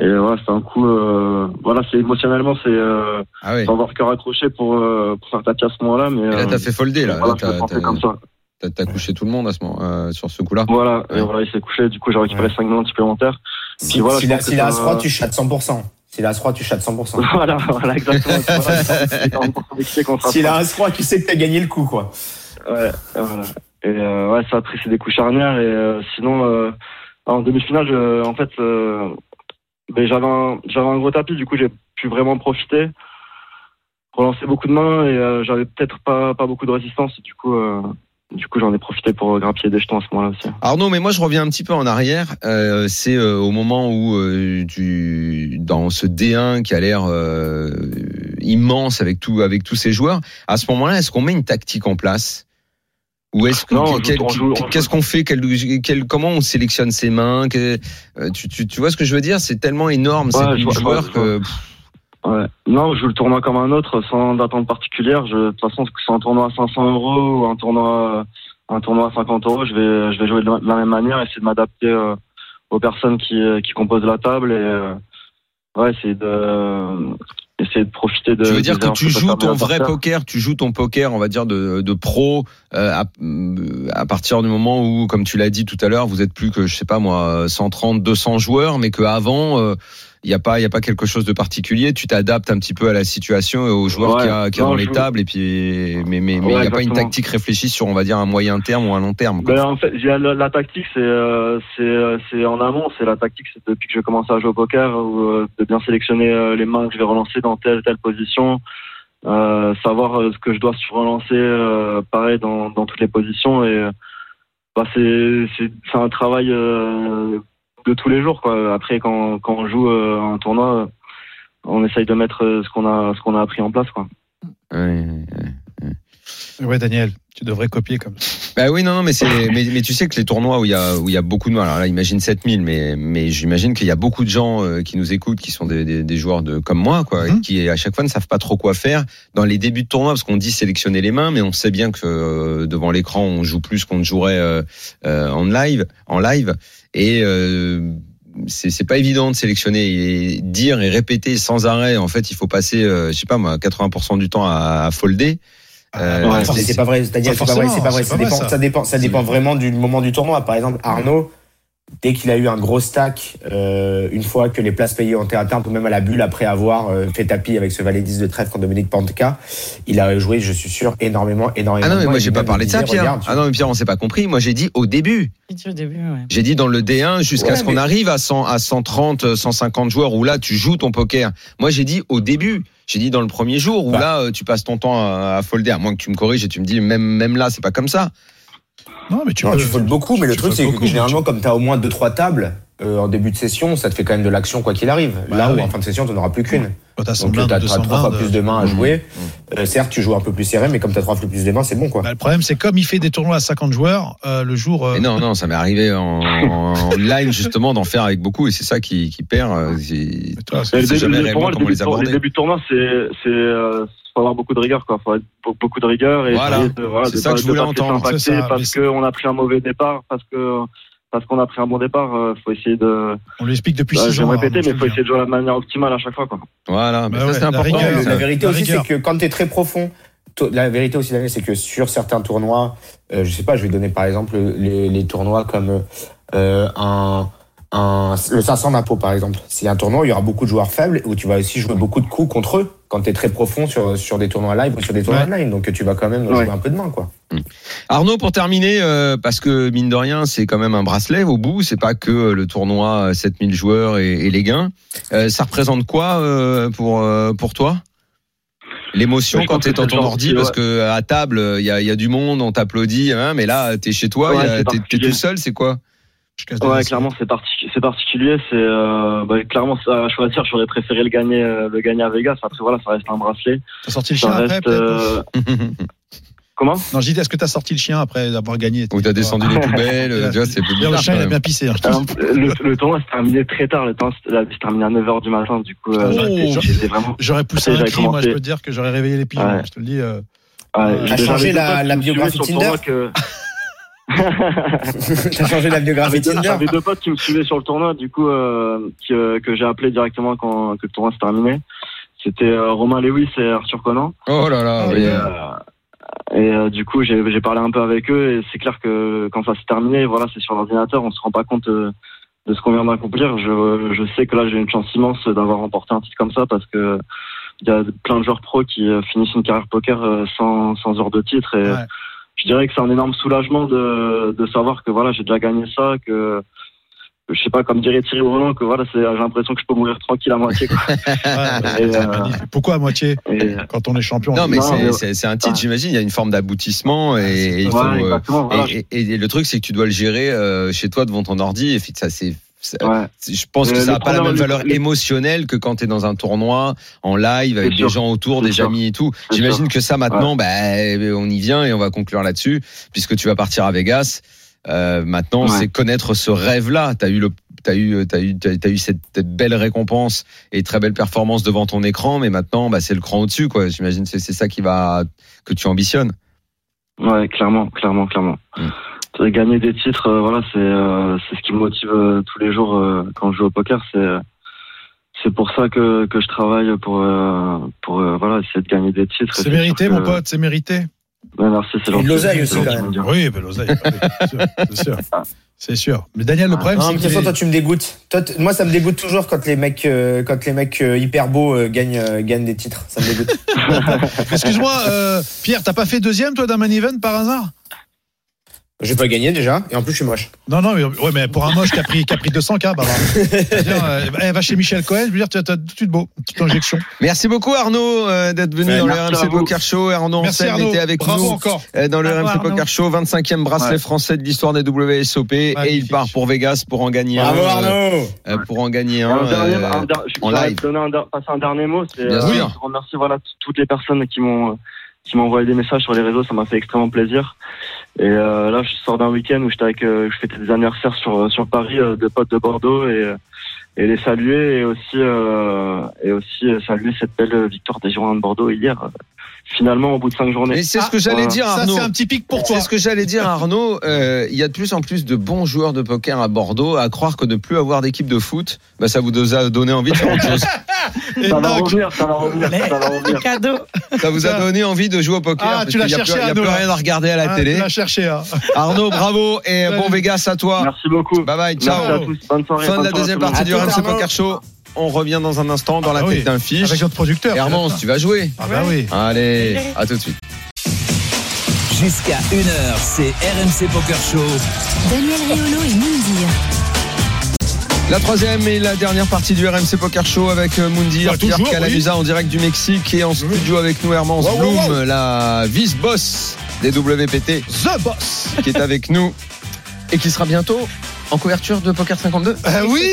Et euh, voilà, c'est un coup. euh, voilà, c'est émotionnellement, c'est euh, Ah ouais. sans avoir que raccrocher pour, euh, pour faire tapis à ce moment-là. Mais Et là, euh, t'as fait folder, là. voilà, Là, je le t'as- pensais comme t'as- ça. t'as- t'as couché tout le monde à ce moment, euh, sur ce coup-là. Voilà, Ouais. et voilà, il s'est couché. Du coup, j'ai récupéré 5 minutes supplémentaires. [LAUGHS] Si, Puis voilà, si je la, pense que si la ça- As-Roi, tu chattes 100%. Si la As-Roi, tu chattes [LAUGHS] 100%. voilà, voilà, exactement. [LAUGHS] Voilà, c'est 40% d'équité contre un si la As-Roi, tu sais que t'as gagné le coup, quoi. Ouais, voilà. Et euh, ouais, ça a pris c'est des coups charnières. Et euh, sinon, euh, en demi-finale, je- en fait, euh, ben, j'avais un, j'avais un gros tapis, du coup, j'ai pu vraiment profiter, relancer beaucoup de mains et euh, j'avais peut-être pas, pas beaucoup de résistance. Du coup, euh, du coup, j'en ai profité pour grappiller des jetons à ce moment-là aussi. Arnaud, mais moi je reviens un petit peu en arrière. Euh, c'est euh, au moment où euh, tu dans ce D1 qui a l'air euh, immense avec tout avec tous ces joueurs. À ce moment-là, est-ce qu'on met une tactique en place ou est-ce que- Non, on joue- quel- on joue- on joue- qu'est-ce qu'on fait Quel- quel- Comment on sélectionne ses mains Que- euh, tu, tu- tu vois ce que je veux dire C'est tellement énorme Ouais, ces je vois- je joueurs vois- je que Ouais. Non, je joue le tournoi comme un autre, sans d'attente particulière. Je, de toute façon, que ce soit un tournoi à 500 euros ou un tournoi, un tournoi à 50 euros, je vais, je vais jouer de la, de la même manière, essayer de m'adapter euh, aux personnes qui, euh, qui composent la table et euh, ouais, essayer de, essayer de profiter de. Tu veux dire des que erreurs tu peut joues faire ton bien vrai par terre. poker, tu joues ton poker, on va dire, de, de pro euh, à, euh, à partir du moment où, comme tu l'as dit tout à l'heure, vous êtes plus que, je sais pas moi, 130, 200 joueurs, mais qu'avant, il n'y a, pas- y a pas quelque chose de particulier. Tu t'adaptes un petit peu à la situation et aux joueurs Ouais. qu'il y a, qu'il y a Non, dans les je- tables, et puis, mais il mais, mais Ouais, y a pas une exactement. tactique réfléchie sur, on va dire, un moyen terme ou un long terme. quoi. Ben, en fait, la, la- la tactique, c'est euh, c'est euh, c'est en amont, c'est la tactique, c'est depuis que je commence à jouer au poker, ou euh, de bien sélectionner euh, les mains que je vais relancer dans telle telle position, euh, savoir euh, ce que je dois relancer, euh, pareil dans dans toutes les positions, et euh, bah, c'est c'est c'est un travail euh, de tous les jours quoi. Après, quand quand on joue euh, un tournoi, euh, on essaye de mettre euh, ce qu'on a ce qu'on a appris en place quoi. Ouais. Ouais, Daniel, tu devrais copier comme ça. Bah oui, non, non, mais c'est, mais, mais tu sais que les tournois où il y a, où il y a beaucoup de, alors là, imagine 7000, mais, mais j'imagine qu'il y a beaucoup de gens euh, qui nous écoutent, qui sont des, des, des joueurs de, comme moi, quoi, Mhm. qui à chaque fois ne savent pas trop quoi faire dans les débuts de tournoi, parce qu'on dit sélectionner les mains, mais on sait bien que euh, devant l'écran, on joue plus qu'on ne jouerait euh, euh, en live, en live, et euh, c'est c'est pas évident de sélectionner et dire et répéter sans arrêt. En fait, il faut passer, euh, je sais pas moi, 80% du temps à, à folder. Euh, Ouais, Attends, c'est- mais Ah, c'est pas vrai, c'est-à-dire, Pas c'est pas vrai, c'est pas vrai. forcément, Ça c'est pas vrai, dépend, ça. ça dépend, ça dépend vraiment du moment du tournoi. Par exemple, Arnaud, dès qu'il a eu un gros stack, euh, une fois que les places payées ont été atteintes, ou même à la bulle, après avoir euh, fait tapis avec ce valet 10 de trèfle contre Dominique Pantka, il a joué, je suis sûr, énormément, énormément. Ah non, mais de moi fois. j'ai Il pas lui parlé de ça, disait, Pierre. regarde, tu- Ah non, mais Pierre, on s'est pas compris. Moi j'ai dit au début. Au début, ouais. J'ai dit dans le D1 jusqu'à Ouais, ce qu'on mais- arrive à 100, à 130, 150 joueurs où là tu joues ton poker. Moi j'ai dit au début. J'ai dit dans le premier jour où Bah. là euh, tu passes ton temps à, à folder. À moins que tu me corriges et tu me dis même même là c'est pas comme ça. Non, mais tu, Non, peux- tu foldes beaucoup, mais le tu truc, foldes c'est beaucoup, que mais généralement, comme tu as au moins 2-3 tables euh, en début de session, ça te fait quand même de l'action quoi qu'il arrive. Bah Là où oui. en fin de session, tu n'auras plus qu'une. tu- quand t'as 100 Donc tu blindes, as, 200 trois fois blindes, plus de Mm. mains à jouer. Euh, certes, tu joues un peu plus serré, mais comme tu as trois fois plus de mains, c'est bon quoi. Bah, le problème, c'est comme il fait des tournois à 50 joueurs, euh, le jour. euh, Mais non non ça m'est arrivé en, en live justement d'en faire avec beaucoup et c'est ça qui, qui perd. euh, c'est- toi, on Et sait le début- jamais le- pour réellement moi, le comment début les de tour- les aborder. débuts de tournoi, c'est, c'est, euh, faut avoir beaucoup de rigueur, quoi. Faut être be- beaucoup de rigueur et Voilà. essayer de, voilà, C'est de ça pas- que je de voulais pas se laisser entendre. impacter C'est ça, mais parce c'est- qu'on a pris un mauvais départ, parce que, parce qu'on a pris un bon départ, euh, faut essayer de, On lui explique depuis Bah, 6 je vais ans. me répéter, Arnaud, mais je faut le essayer dis. de jouer à la manière optimale à chaque fois, quoi. Voilà mais Bah ça ouais, c'est la important. rigueur, ça. la vérité la aussi, c'est rigueur. que quand tu es très profond, to- la vérité aussi, Daniel, c'est que sur certains tournois, euh, je sais pas, je vais donner par exemple les, les tournois comme euh, un, un- le 500 d'impôts, par exemple. C'est un tournoi où il y aura beaucoup de joueurs faibles où tu vas aussi jouer beaucoup de coups contre eux quand tu es très profond sur, sur des tournois live ou sur des tournois online. Donc tu vas quand même Ouais. jouer un peu de main, quoi. Arnaud, pour terminer, euh, parce que mine de rien, c'est quand même un bracelet au bout, c'est pas que euh, le tournoi euh, 7000 joueurs et, et les gains. Euh, ça représente quoi euh, pour, euh, pour toi L'émotion Je quand pense t'es que dans c'est ton le genre ordi, qui, parce ouais. que à euh, table, il y a, il y a du monde, on t'applaudit, hein, mais là, t'es chez toi, Ouais, il y a- c'est t'es t'es particulier. tout seul, c'est quoi [LAUGHS] Je casse des Ouais, assiettes. clairement, c'est parti- c'est particulier. C'est euh, bah, clairement ça, à choisir. J'aurais préféré le gagner, euh, le gagner à Vegas. Après, voilà, ça reste un bracelet. T'as sorti le chien Ça après reste. peut-être euh, [LAUGHS] Comment Non, j'ai dit, est-ce que t'as sorti le chien après d'avoir gagné Ou t'as descendu les poubelles, euh, Ouais. tu vois, c'est plus D'ailleurs, Le bizarre, chien, il a quand même. bien pissé. hein, je te Alors, Euh, [LAUGHS] le, le tournoi se terminait très tard. Le temps se- là, il se terminait à 9h du matin. Du coup, euh, Oh. j'étais- j'étais vraiment. J'aurais poussé Après, un j'avais cri, moi, je commencé. peux te dire que j'aurais réveillé les pigeons. Ouais. Je te le dis. euh, Ouais, T'as j'avais changé deux la- potes qui la me suivaient biographie sur le [LAUGHS] tournoi que- T'as changé la J'avais biographie deux, Tinder j'avais deux potes qui me suivaient sur le tournoi, du coup, euh, que, que j'ai appelé directement quand que le tournoi se terminait. C'était euh, Romain Lewis et Arthur Conan. Oh là là, Ah, oui, Et, euh, euh, et, euh, du coup, j'ai j'ai parlé un peu avec eux et c'est clair que quand ça s'est terminé, voilà, c'est sur l'ordinateur, on se rend pas compte euh, de ce qu'on vient d'accomplir. Je, je sais que là, j'ai une chance immense d'avoir remporté un titre comme ça parce que il y a plein de joueurs pros qui euh, finissent une carrière poker euh, sans, sans heure de titre et Ouais. je dirais que c'est un énorme soulagement de, de savoir que voilà, j'ai déjà gagné ça, que que je sais pas, comme dirait Thierry Roland, que voilà, c'est- j'ai l'impression que je peux mourir tranquille à moitié. quoi. ouais, ouais, Et, c'est euh, magnifique. Pourquoi à moitié Et, euh, quand on est [LAUGHS] champion Non, on- mais Non, c'est- mais- c'est c'est un titre, Ah. j'imagine. Il y a une forme d'aboutissement et, et il faut. ouais, euh, exactement, voilà, et, et- et le truc, c'est que tu dois le gérer euh, chez toi devant ton ordi. Et puis ça, c'est. ça- je- ouais. c'est- Je pense que Euh, ça le n'a pas la premier- même le- valeur le- émotionnelle que quand tu es dans un tournoi en live avec des C'est sûr. gens autour, C'est des sûr. amis et tout. C'est J'imagine que ça maintenant, bah, on y vient et on va conclure là-dessus puisque tu vas partir à Vegas. Euh, maintenant, Ouais. c'est connaître ce rêve-là. T'as eu le, t'as eu, t'as eu, t'as t'as eu cette, cette belle récompense et très belle performance devant ton écran, mais maintenant, bah, c'est le cran au-dessus, quoi. J'imagine que c'est c'est ça qui va que tu ambitionnes. Ouais, clairement, clairement, clairement. Mm. Euh, Gagner des titres, euh, voilà, c'est euh, c'est ce qui me motive euh, tous les jours euh, quand je joue au poker. C'est euh, c'est pour ça que que je travaille pour euh, pour euh, voilà essayer de gagner des titres. Et Ah, C'est sûr mérité, que- mon pote, c'est mérité. Ouais, merci, c'est Et de gentil. l'oseille c'est aussi, gentil quand de même. me dire. Oui, ben, l'oseille, c'est sûr, c'est sûr. C'est sûr. Mais Ah, Daniel, le problème, Non, c'est mais de qu'il toute façon, est- toi, tu me dégoûtes. Toi, t- moi, ça me dégoûte toujours quand les mecs, euh, quand les mecs euh, hyper beaux euh, gagnent, euh, gagnent des titres. Ça me [LAUGHS] dégoûte. Excuse-moi, euh, Pierre, t'as pas fait deuxième, toi, d'un man event par hasard J'ai pas gagné déjà, et en plus, je suis moche. Non, non, mais, ouais, mais pour un moche qui a pris, qui a pris [LAUGHS] 200K, bah, bah, C'est-à-dire, euh, eh, va chez Michel Cohen, je veux dire, tu as tout de suite beau, une petite injection. Merci beaucoup, Arnaud, euh, d'être venu Ouais, dans le merci à RMC vous. Poker Show. Arnaud Merci Ancel Arnaud, était avec bravo nous. encore. Euh, dans le Bravo, RMC Arnaud. Poker Show, 25e bracelet Ouais. français de l'histoire des WSOP et il Magnifique. part pour Vegas pour en gagner Bravo, un. euh, Arnaud! euh, pour en gagner Un un. dernier- euh, un der- je en voudrais live. donner un der- passer un dernier mot. C'est Bien euh, sûr. je remercie voilà t- toutes les personnes qui m'ont euh, qui m'ont envoyé des messages sur les réseaux. Ça m'a fait extrêmement plaisir. Et euh, là, je sors d'un week-end où j'étais avec, euh, je fêtais des anniversaires sur sur Paris euh, de potes de Bordeaux et euh, et les saluer et aussi euh, et aussi euh, saluer cette belle euh, victoire des Girondins de Bordeaux hier. euh, Finalement, au bout de cinq journées. Mais c'est ce que Ah, j'allais voilà. dire, Ça, Arnaud. c'est un petit pic pour toi. C'est ce que j'allais dire, Arnaud. Euh, Il y a de plus en plus de bons joueurs de poker à Bordeaux. À croire que ne plus avoir d'équipe de foot, bah, ça vous a donné envie de faire autre chose. Et Ça va donc, revenir, ça va revenir, ça va [LAUGHS] revenir. Cadeau. Ça [LAUGHS] vous a donné envie de jouer au poker. Ah, parce tu l'as qu'il y a cherché, plus- Il n'y a Arnaud, plus là. rien à regarder à la Ah, tu télé. l'as cherché, hein. Arnaud, bravo et Salut. bon Vegas à toi. Merci beaucoup. Bye bye, Bah, ciao. Merci à tous. Bonne soirée. Fin de bonne la soirée à deuxième tout le monde. partie du À tout, RMC Arnaud. Poker Show. On revient dans un instant dans la Ah tête oui. d'un fiche. Avec notre producteur. Hermance, tu vas jouer. Ah bah oui. Allez, à tout de suite. Jusqu'à 1h, c'est RMC Poker Show. Daniel Riolo et Moundir. La troisième et la dernière partie du RMC Poker Show avec euh, Mundi, Bah, Pierre toujours, oui. Calamusa en direct du Mexique et en studio avec nous Hermance Wow, wow, Bloom, wow. la vice-boss des WPT The Boss. qui est avec nous et qui sera bientôt en couverture de Poker 52. Ah oui,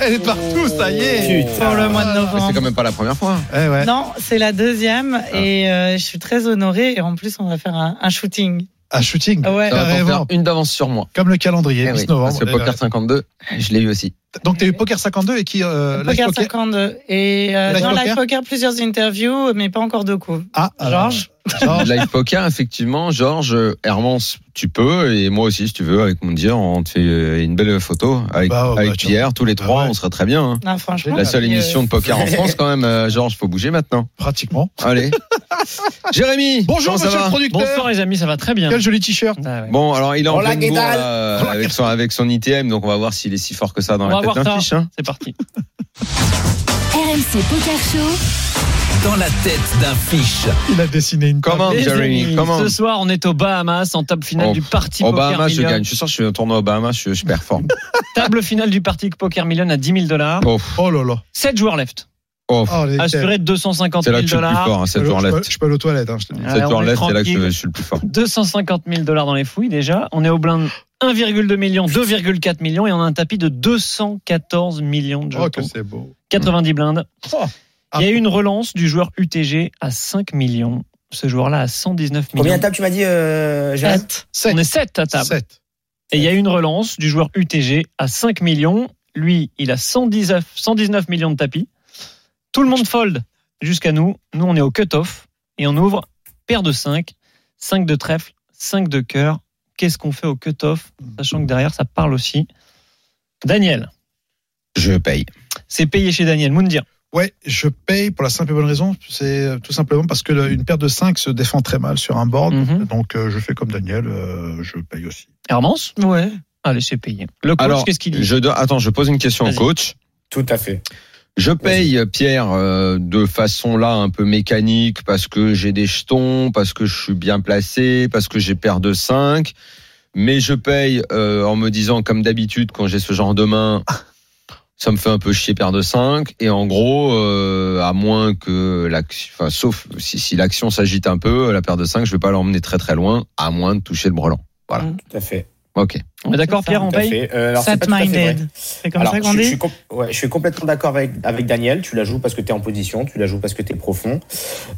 elle est partout, ça y est. Putain. Pour le mois de Mais c'est quand novembre. même pas la première fois. hein. Eh ouais. Non, c'est la deuxième et euh, je suis très honorée et en plus on va faire un, un shooting. Un shooting. Ah Ouais. Ça va t'en faire Carrément. une d'avance sur moi. Comme le calendrier, Eh oui, 10 novembre. parce que Eh Poker 52, je l'ai eu aussi. ben, Donc, t'as eu Poker 52 et qui. euh, Live Poker Poker- 52 et euh, Live dans Poker Live Poker plusieurs interviews mais pas encore de coups. Ah, alors, Georges. [LAUGHS] Georges. Live Poker, effectivement, Georges, euh, Hermance, tu peux, et moi aussi, si tu veux, avec Mundi, on te fait euh, une belle photo avec, Bah, oh, bah, avec tiens. Pierre, tous les Bah, trois, ouais. on serait très bien. hein. Non, franchement. La seule euh, émission de poker en [LAUGHS] France, quand même, euh, Georges, faut bouger maintenant. Pratiquement. [LAUGHS] Allez. Jérémy, Bonjour, comment ça monsieur le va producteur. Bonsoir les amis, ça va très bien. Quel joli t-shirt. Ah ouais. Bon, alors il est en Hola, pleine ¿qué bourre, tal là, euh, avec, son, avec son ITM, donc on va voir s'il est si fort que ça dans On va la tête voir d'un ça. fiche. hein. C'est parti. RMC Poker Show. Dans la tête d'un fiche. Il a dessiné une table. Comment, Les Jérémy amis, Comment Ce soir, on est aux Bahamas en table finale Oh, du Parti Au Poker Bahamas, je Million. gagne. Je suis sûr que je fais un tournoi au Bahamas, je, [LAUGHS] je performe. Table finale du Parti Poker Million à 10 000 dollars. Oh, Oh là là. 7 joueurs left. oh. Oh, les Assuré de 250 C'est 000 là que je suis le plus dollars. fort, hein, Je cette peux- tour je peux- left. Je peux aller aux toilettes, hein, je te dis. Ouais, Cette on tour est left, c'est là que je, tranquille. je suis le plus fort. 250 000 dollars dans les fouilles déjà. On est au blind 1,2 million, 2,4 millions et on a un tapis de 214 millions de Oh, que jetons. c'est beau. 90 blindes. Oh. Il y a eu une relance du joueur UTG à 5 millions. Ce joueur-là à 119 millions. Combien de tables tu m'as dit, euh, Jérôme Sept. On est 7 à table. 7. Et il y a eu une relance du joueur UTG à 5 millions. Lui, il a 119, 119 millions de tapis. Tout le monde fold jusqu'à nous. Nous, on est au cut-off et on ouvre paire de 5, 5 de trèfle, 5 de cœur. Qu'est-ce qu'on fait au cut-off Sachant que derrière, ça parle aussi. Daniel, Je paye. c'est payé chez Daniel. Moundir. Ouais, je paye pour la simple et bonne raison, c'est euh, tout simplement parce que le- une paire de 5 se défend très mal sur un board. Mhm. Donc euh, je fais comme Daniel, euh, je paye aussi. Hermance Ouais. Allez, c'est payé. Le coach, Alors, qu'est-ce qu'il dit je dois- attends, je pose une question au Vas-y. coach. Tout à fait. Je paye euh, Pierre euh, de façon là un peu mécanique parce que j'ai des jetons, parce que je suis bien placé, parce que j'ai paire de 5. Mais je paye euh, en me disant comme d'habitude quand j'ai ce genre de main, [LAUGHS] ça me fait un peu chier paire de 5 et en gros euh, à moins que l'action enfin sauf si, si l'action s'agite un peu, la paire de 5, je vais pas l'emmener très très loin à moins de toucher le brelan. Voilà. Tout à fait. OK. On est Ah, d'accord, C'est ça. Pierre, on Tout à paye fait. Euh, alors, c'est pas tout à fait vrai. Set-minded. C'est comme Alors, ça qu'on je, je dit suis com- ouais, je suis complètement d'accord avec, avec Daniel. Tu la joues parce que tu es en position, tu la joues parce que tu es profond,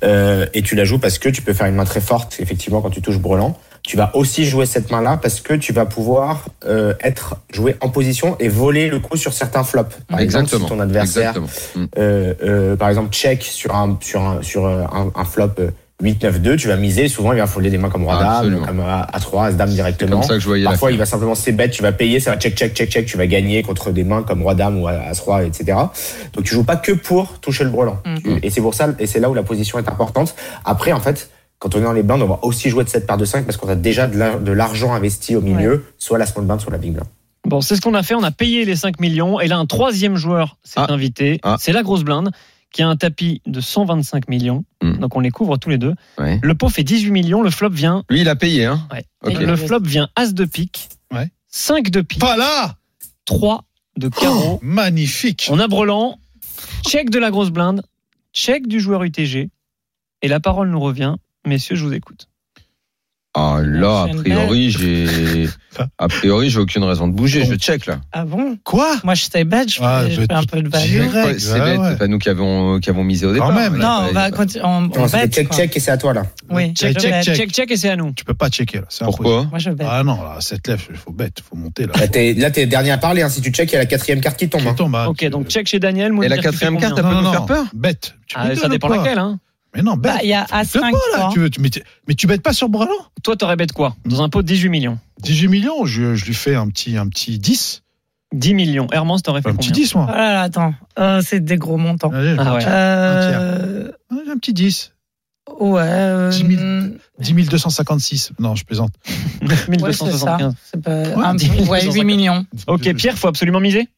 euh, et tu la joues parce que tu peux faire une main très forte, effectivement, quand tu touches Brelan. Tu vas aussi jouer cette main-là parce que tu vas pouvoir euh, être joué en position et voler le coup sur certains flops. Par Exactement. exemple, si ton adversaire, Exactement. euh, euh, par exemple, check sur un, sur un, sur euh, un, un flop euh, 8-9-2, tu vas miser. Souvent, il va folder des mains comme Roi-Dame, Absolument. comme euh, A- A3, As-Dame C'est directement. comme ça que je voyais la Parfois, il va simplement c'est bête, tu vas payer, ça va check, check, check, check, tu vas gagner contre des mains comme roi dame ou as roi, etc. Donc, tu joues pas que pour toucher le brelan. Mm. Tu- Et c'est pour ça, et c'est là où la position est importante. Après, en fait, quand on est dans les blindes, on va aussi jouer de cette paire de 5 parce qu'on a déjà de l'ar- de l'argent investi au milieu, soit la small blind, soit la big blind. Bon, c'est ce qu'on a fait. On a payé les 5 millions. Et là, un troisième joueur s'est Ah. invité. Ah. C'est la grosse blinde qui a un tapis de 125 millions. Hmm. Donc, on les couvre tous les deux. Ouais. Le pot fait 18 millions. Le flop vient. Lui, il a payé hein. ouais. Ok. Le flop vient As de pique. Ouais. 5 de pique. Pas là 3 de carreau. Magnifique On a Brelan. Check de la grosse blinde. Check du joueur UTG. Et la parole nous revient. Messieurs, je vous écoute. Ah là, a Enchaîne. [LAUGHS] priori, j'ai a priori, j'ai aucune raison de bouger. Je check là. Ah bon Quoi Moi, je sais bête, je fais, Ah, je bah, fais un tu- peu de value. direct. Greg, Ouais, c'est ouais, bête, ouais. c'est pas nous qui avons qui avons misé au départ. même. Voilà, Non, on bah, va continuer. On, on Non, c'est bête, check, quoi. check, et c'est à toi, là. Oui, Check, je check, bête. check. Check, check, et c'est à nous. Tu peux pas checker là, c'est impossible. Pourquoi Moi, je bête. Ah non, là, cette lèvre, faut bête, faut monter là. Là, t'es, là, t'es le dernier à parler, hein. Si tu check, il y a la quatrième carte qui tombe, hein. Qui tombe, hein, Ok, tu- donc check chez Daniel. Mounir, Et la tu fais quatrième combien carte, elle Non, peut non, nous non. faire peur. Bête. Tu Ah, bêtes Ça ou dépend pas laquelle. Hein. Mais non, Bah, bête. il y a Tu bêtes A5 pas, là, quoi. tu veux, tu- mais, tu, mais tu bêtes pas sur Brelan Toi, t'aurais bête quoi Dans un pot de 18 millions. 18 millions, je, je lui fais un petit, un petit 10. 10 millions. Hermance, t'aurais fait Un petit combien 10, Oh moi. là là, attends. Euh, c'est des gros montants. Allez, Ah ouais. Euh, ouais, Un petit 10. ouais. euh, 10 000. 10 256. Non, je plaisante. ouais, c'est ça. 1275. C'est pas- Ouais, un- 10 000, ouais, 8 millions. Ok, Pierre, faut absolument miser.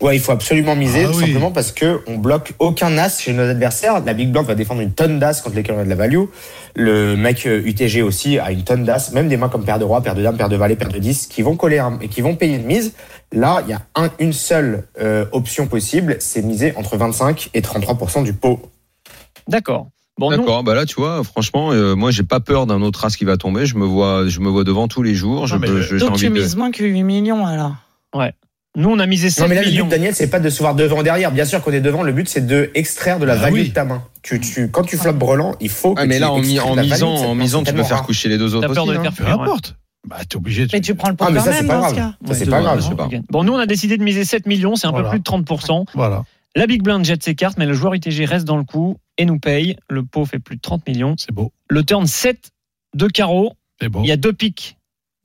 Ouais, il faut absolument miser, Ah tout oui. simplement parce que on bloque aucun as chez nos adversaires. La Big Blind va défendre une tonne d'as contre lesquels on a de la value. Le mec euh, UTG aussi a une tonne d'as, même des mains comme paire de roi, paire de dame, paire de valet, paire de 10, qui vont coller un- et qui vont payer une mise. Là, il y a un- une seule euh, option possible, c'est miser entre 25 et 33% du pot. D'accord. Bon, nous, D'accord. Bah là, tu vois, franchement, euh, moi, j'ai pas peur d'un autre as qui va tomber. Je me vois, je me vois devant tous les jours. Je Non, mais peux- le- je- j'ai Donc tu envie de. mises moins que 8 millions alors. nous, on a misé 7 Non, mais là, le millions. but, Daniel, c'est pas de se voir devant ou derrière. Bien sûr qu'on est devant, le but, c'est de extraire de la Ah value oui. de ta main. Tu, tu, quand tu floppes brelant, il faut que Ah, mais tu là, en, mi- extraies en la value de misant, cette en main. misant, C'est tu peux tellement faire rare. coucher les deux autres T'as peur de aussi, les hein. faire Peu fuir. ouais. importe. Bah, t'es obligé. de- Mais tu prends le pot Ah, mais quand ça, c'est même pas dans grave. ce cas. Ça, Ouais, c'est c'est pas vrai, grave. je sais pas. Bon, nous, on a décidé de miser 7 millions. C'est à peu Voilà. plus de 30%. Voilà. La Big Blind jette ses cartes, mais le joueur ITG reste dans le coup et nous paye. Le pot fait plus de 30 millions. C'est beau. Le turn 7, 2 carreaux. C'est beau. Il y a deux piques,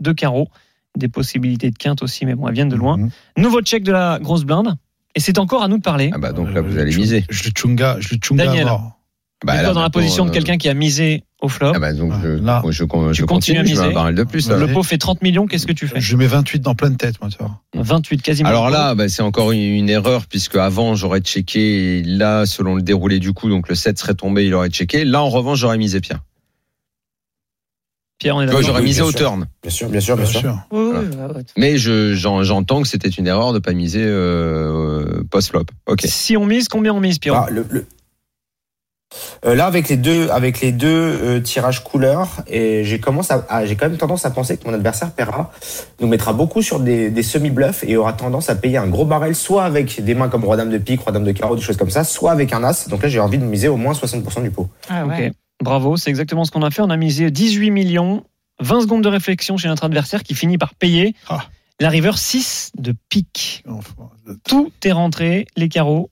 2 carreaux. Des possibilités de quinte aussi, mais bon, elles viennent de Hmm. loin. Nouveau check de la grosse blinde. Et c'est encore à nous de parler. Ah bah donc là, vous allez miser. Euh, Je le chunga, je le chunga Daniel. mort. Bah, Et là, toi, dans la maintenant, position de euh, quelqu'un qui a misé au flop, Ah bah donc je, Là. je, je continue, Tu continues à je mets un miser. barrel de plus là. le Ouais. pot fait 30 millions. Qu'est-ce que tu fais Je mets 28 dans pleine tête, moi, tu vois. 28, quasiment. Alors là, bah, c'est encore une, une erreur puisque avant j'aurais checké. et Là, selon le déroulé du coup, donc le 7 serait tombé, il aurait checké. Là, en revanche, j'aurais misé Pierre. Pierre, on est Tu vois, Ah. d'accord. j'aurais oui, misé bien au sûr. turn. Bien sûr, bien Ah, bah, sûr, bien sûr. Oui, oui, ouais, ouais. Mais je, j'en- j'entends que c'était une erreur de pas miser euh, post flop. Ok. Si on mise, combien on mise, Pierre Ah, le, le- Ah, Euh, là, avec les deux, avec les deux euh, tirages couleurs, et j'ai commence à, à- j'ai quand même tendance à penser que mon adversaire paiera, nous mettra beaucoup sur des, des semi-bluffs et aura tendance à payer un gros barrel, soit avec des mains comme roi dame de pique, roi dame de carreau, des choses comme ça, soit avec un as. Donc là, j'ai envie de miser au moins 60% du pot. Ah Ok, ouais. Bravo, c'est exactement ce qu'on a fait. On a misé 18 millions, 20 secondes de réflexion chez notre adversaire qui finit par payer Ah. la river 6 de pique. Enfin, Tout est rentré, les carreaux,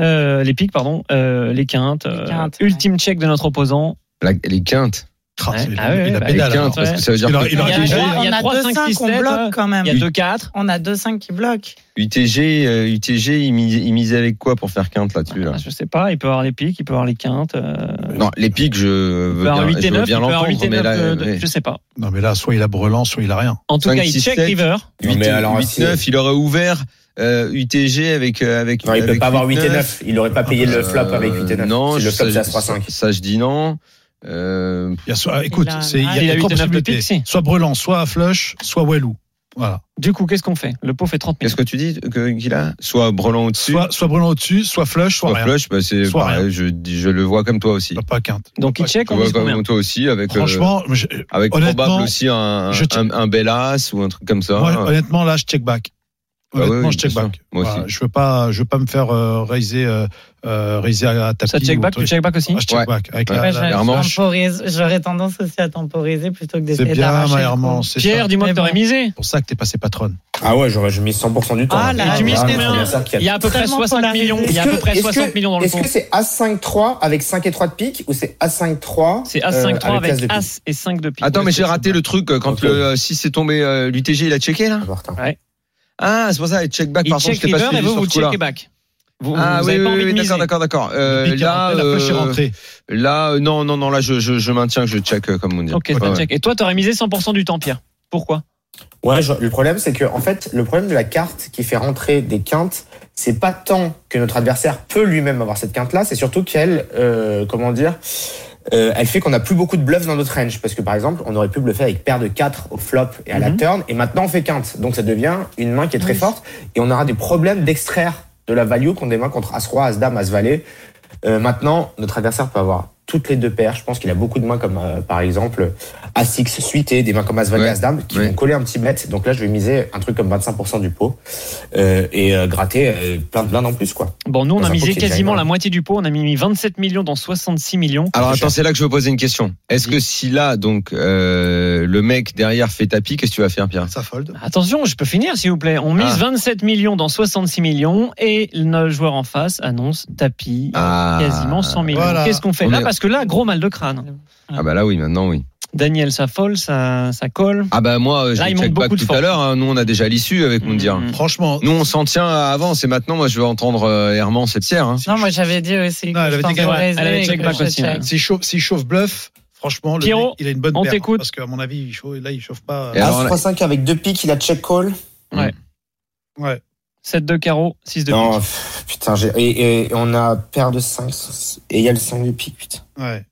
euh, les piques, pardon, euh, les quintes, euh, quintes, ouais. ultime check de notre opposant. La- les quintes. ah, c'est- Ouais, il ah ouais, bah, a Les pédale, les alors. quintes, parce que ça veut dire Il aurait- que il Il aurait- y a, déjà, on il y a a trois, 2 cinq, 5 six, qu'on sept, bloque hein. quand Il même. y a 2-4. On a 2 5 qui bloquent. UTG, euh, UTG, il mis- il misait avec quoi pour faire quinte là-dessus là Je sais pas, il peut avoir les piques, il peut avoir les quintes. euh, Non, les piques, je il veux peut avoir bien, 8 je et veux 9, il bien peut avoir l'entendre, 8 et mais 9, là, euh, de- ouais. je sais pas. Non, mais là, soit il a brelan, soit il a rien. En tout Cinq, cas, il six, check sept. river. Non, 8, mais alors, 8, si- 9, il aurait ouvert euh, UTG avec euh, avec. Non, il peut avec pas avoir 8 et 9. 9. Il aurait pas payé le Euh, flop avec 8 et 9. Non, Si le je- flop, c'est à ça, 3-5. Ça, je dis non. Euh, Il y a soit- écoute, a- c'est- il ah, y a, il a trois huit et neuf de possibilités. pique, si. Soit brelan, soit à flush, soit wellou. Voilà. Du coup, qu'est-ce qu'on fait Le pot fait 30 millions. Qu'est-ce que tu dis que- qu'il a Soit brelan au-dessus, soit, Soit, soit brelan au-dessus, soit flush, soit, rien. flush, bah, c'est Soit pareil, je, dis- je le vois comme toi aussi. Soit Pas quinte. Donc, il Ouais, check, Je on vois mise combien comme toi aussi, avec, euh, Franchement, je- avec honnêtement, probable aussi un, je te- un, un bel as ou un truc comme ça. moi, honnêtement, là, je check back. Ah ouais, Honnêtement, oui, je check bien back. sûr. Moi aussi. Voilà, je veux pas, je veux pas me faire euh, raiser, euh, euh, raiser à tapis. Ça check ou back, autre- tu check back aussi Ah, je check Ouais. back. Avec la- Ouais, la- j'aurais- Herman. temporise- J'aurais tendance aussi à temporiser plutôt que c'est d'essayer bien, d'arracher. le Maherman, coup. c'est ça. Pierre, dis-moi que Mais t'aurais bon. misé. C'est pour ça que t'es passé patronne. Ah ouais, j'aurais, je mise 100% du temps. Ah là, Ah, tu mises c'est combien l'adversaire qui a- Il y a à peu près Extrêmement 60 millions. Il y a à Est-ce peu que- près est-ce que- 60 millions dans le Est-ce pot. que c'est A5-3 avec 5 et 3 de pique ou c'est A5-3 C'est As-5-3 avec, As euh, de pique As et 5 de pique. Attends, mais j'ai raté le truc euh, quand Ok. le 6 est tombé, euh, l'UTG il a checké là Ah, Martin. Ah, c'est pour ça, il check back, Il par contre, je check t'ai pas river et suivi vous, sur vous ce coup-là. checkez back. Vous, Ah vous oui, avez pas oui, envie oui, de miser. d'accord, d'accord, d'accord. Euh, Le pique est là, rentré, la flèche est euh, rentrée. là, euh, non, non, non, là, je, je, je maintiens que je check euh, comme on dit. Ok, bah, Ouais, t'as ouais. check. Et toi, t'aurais misé 100% du temps, Pierre. Pourquoi Ouais, je- le problème, c'est que, en fait, le problème de la carte qui fait rentrer des quintes, c'est pas tant que notre adversaire peut lui-même avoir cette quinte-là, c'est surtout qu'elle, euh, comment dire, euh, elle fait qu'on a plus beaucoup de bluffs dans notre range. Parce que, par exemple, on aurait pu bluffer avec paire de 4 au flop et à la Mhm. turn, et maintenant on fait quinte. Donc ça devient une main qui est très Oui. forte, et on aura des problèmes d'extraire de la value qu'on des mains contre As-Roi, As-Dame, As-Valet. Euh, maintenant, notre adversaire peut avoir toutes les deux paires. Je pense qu'il a beaucoup de mains comme, euh, par exemple, As-X suité, des mains comme As-Valet, Ouais. As-Dame, qui Ouais. vont coller un petit bet. Donc là, je vais miser un truc comme 25% du pot euh, et euh, gratter euh, plein de blindes en plus. quoi. Bon, nous, on Dans a un pot misé qui est déjà quasiment énorme. la moitié du pot. On a mis 27 millions dans 66 millions. Alors attends, c'est là que je veux poser une question. Est-ce que si là, donc, euh, le mec derrière fait tapis, qu'est-ce que tu vas faire, Pierre Ça fold. Attention, je peux finir, s'il vous plaît. On mise Ah. 27 millions dans 66 millions et le joueur en face annonce tapis. Ah. Quasiment 100 millions. Voilà. Qu'est-ce qu'on fait On là est- Parce que là, gros mal de crâne. Ah bah là, oui, maintenant, oui. Daniel, ça folle, ça, ça colle. Ah bah moi, euh, Là, il j'ai manque check back beaucoup de tout force. à l'heure. hein. Nous, on a déjà l'issue avec Mundir. Mhm. Franchement, Nous, on s'en tient à avant. C'est maintenant, moi, je vais entendre euh, Herman, c'est Pierre. hein. Non, moi j'avais dit aussi. Non, elle que je avait dit qu'elle- temporiserais elle avait et check que back je aussi, check. ouais. hein. s'il chauffe, s'il chauffe bluff, franchement, le Pierrot, mec, il a une bonne on paire. t'écoute. Parce qu'à mon avis, il chauffe, là, il chauffe pas. Et alors, là- As-3-5 avec deux piques, il a check call. Ouais. 7 de carreau, 6 de Non, pique. pff, putain, j'ai- et, et on a paire de 5 et il y a le 5 du pique, putain. Ouais.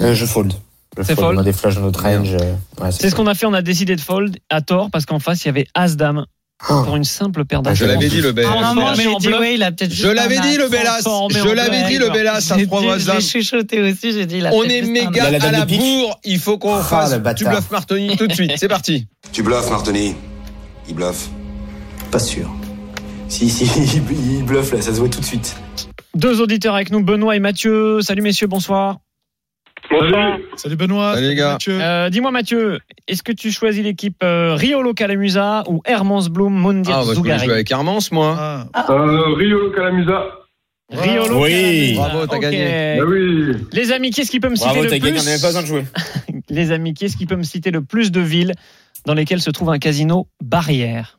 Euh, je fold. Je C'est fold. On a des flashs dans notre range. euh, ouais, C'est ce qu'on a fait, on a décidé de fold à tort parce qu'en face il y avait As Dame Oh. pour une simple paire Ah, d'as. Je l'avais dit, le bel. À un moment, mais j'ai en dit, bluff. ouais, il a peut-être Je juste l'avais un dit, as. le Belas. transformé en Je l'avais bluff. dit, le Belas, à J'ai trois dit- mois Je l'ai chuchoté aussi, j'ai dit, il a On peut-être est juste un méga as. Il a la à dame la de pique. bourre. Il faut qu'on Ah, fasse le du bâtard. bluff Martoni tout de suite. C'est [LAUGHS] parti. Tu bluffes, Martoni. Il bluffe. Pas sûr. Si, si, il bluffe là, ça se voit tout de suite. Deux auditeurs avec nous, Benoît et Mathieu. Salut messieurs, bonsoir. Bonsoir. Salut Benoît. Salut, les gars. Mathieu. Euh, Dis-moi Mathieu, est-ce que tu choisis l'équipe euh, Riolo Calamusa ou Hermans Blum Mondir Ah, moi, je voulais Zougari jouer avec Hermance, moi. Ah, Euh, Rio Calamusa. Riolo Oui. Calamusa. Bravo, t'as Ok. gagné. Bah oui. Les amis, qu'est-ce qui peut me Bravo, citer t'as le gagné, on n'avait pas besoin plus de jouer. [LAUGHS] Les amis, qu'est-ce qui peut me citer le plus de villes dans lesquelles se trouve un casino barrière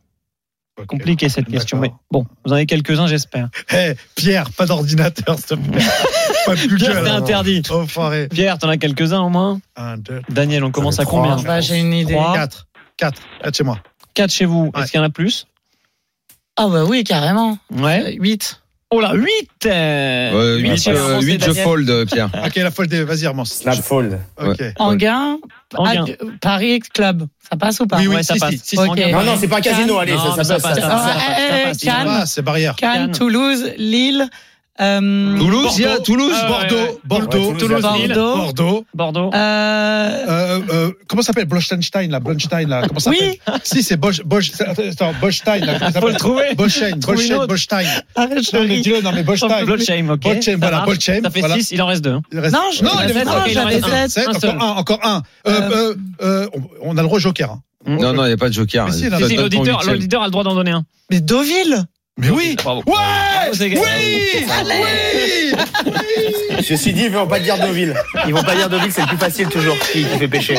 ok. Compliqué cette question, mais D'accord. bon, vous en avez quelques-uns, j'espère. Eh, Pierre, pas d'ordinateur, s'il te plaît. pas de Google. Pierre, c'est interdit. Enfoiré. Pierre, t'en as quelques-uns au moins 1, 2, Daniel, on commence à trois. combien Bah, j'ai une idée. Trois. 4. 4. 4 chez moi. 4 chez vous. Ouais. Est-ce qu'il y en a plus Ah, bah oui, carrément. Euh, Ouais. 8. Oh là, 8 Euh, 8, euh, huit, je fold, euh, Pierre. Ok, la fold, des- vas-y, Hermance. Snap fold. Ok. En gain, à- Paris Club. Ça passe ou pas Oui, oui, ouais, ça si, passe. si, si, Ok. si, si. Non, non, c'est pas un casino, allez, Non, ça, mais ça, passe, ça, passe. ça, ça. Ah, eh, eh, ça passe. Cannes. Ah, c'est barrière. Cannes. Cannes, Toulouse, Lille, Euh, Toulouse, il y a Bordeaux. Toulouse, Ah, ouais, Bordeaux, ouais. Bordeaux, Ouais, Toulouse, Toulouse, Lille, Bordeaux. Bordeaux. Bordeaux. euh, Euh, euh, comment ça s'appelle Blochstein là, Blonstein là, comment ça s'appelle oui, [LAUGHS] Si c'est Bosch, Bosch, attends, Boschstein là, comment ça Faut le s'appelle trouver. Boschein, Trouve une Boschein, autre. Boschstein. [LAUGHS] arrête, je Non mais ris. dis-le, non mais Boschstein. Bolsheim, ok. Bolsheim, ça voilà, marche. Bolsheim, Ça fait voilà. 6, il en reste hein. 2. Il reste- Non, je- non, il j'avais en reste sept, il un, en il en reste reste un. sept, encore un, encore un. Euh, euh, euh, on on a le droit au joker. hein. Non, non, il n'y a pas de joker. Mais si, Ça là, Si, si, donne ton l'auditeur, huitième. l'auditeur a le droit d'en donner un. Mais Deauville Mais oui. Bravo. Ouais. c'est Ah gagné. Oui. Oui. Je me suis dit, ils vont pas dire Deauville. Ils vont pas dire Deauville, c'est le plus facile toujours qui, qui fait pêcher.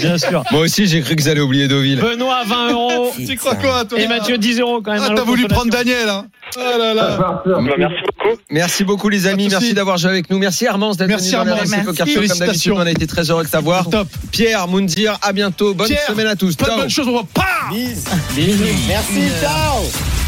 Bien sûr. Moi aussi, j'ai cru que vous allez oublier Deauville. Benoît, 20 euros. Tu crois quoi toi Et Mathieu, 10 euros quand même. Ah, à t'as l'autre voulu prendre consolation. Daniel hein. Oh là là. merci beaucoup. Merci beaucoup, les amis. bah, Pas de souci. Merci d'avoir joué avec nous. Merci, Armand, d'être Merci, venu dans Armand. RMC Poker Merci. Show. Comme d'habitude, Félicitations. on a été très heureux de t'avoir. Top. Pierre, Moundir, à bientôt. Bonne Pierre, semaine à tous. Pas de Ciao. bonne chose, on va pas. Bisous. Merci, ciao.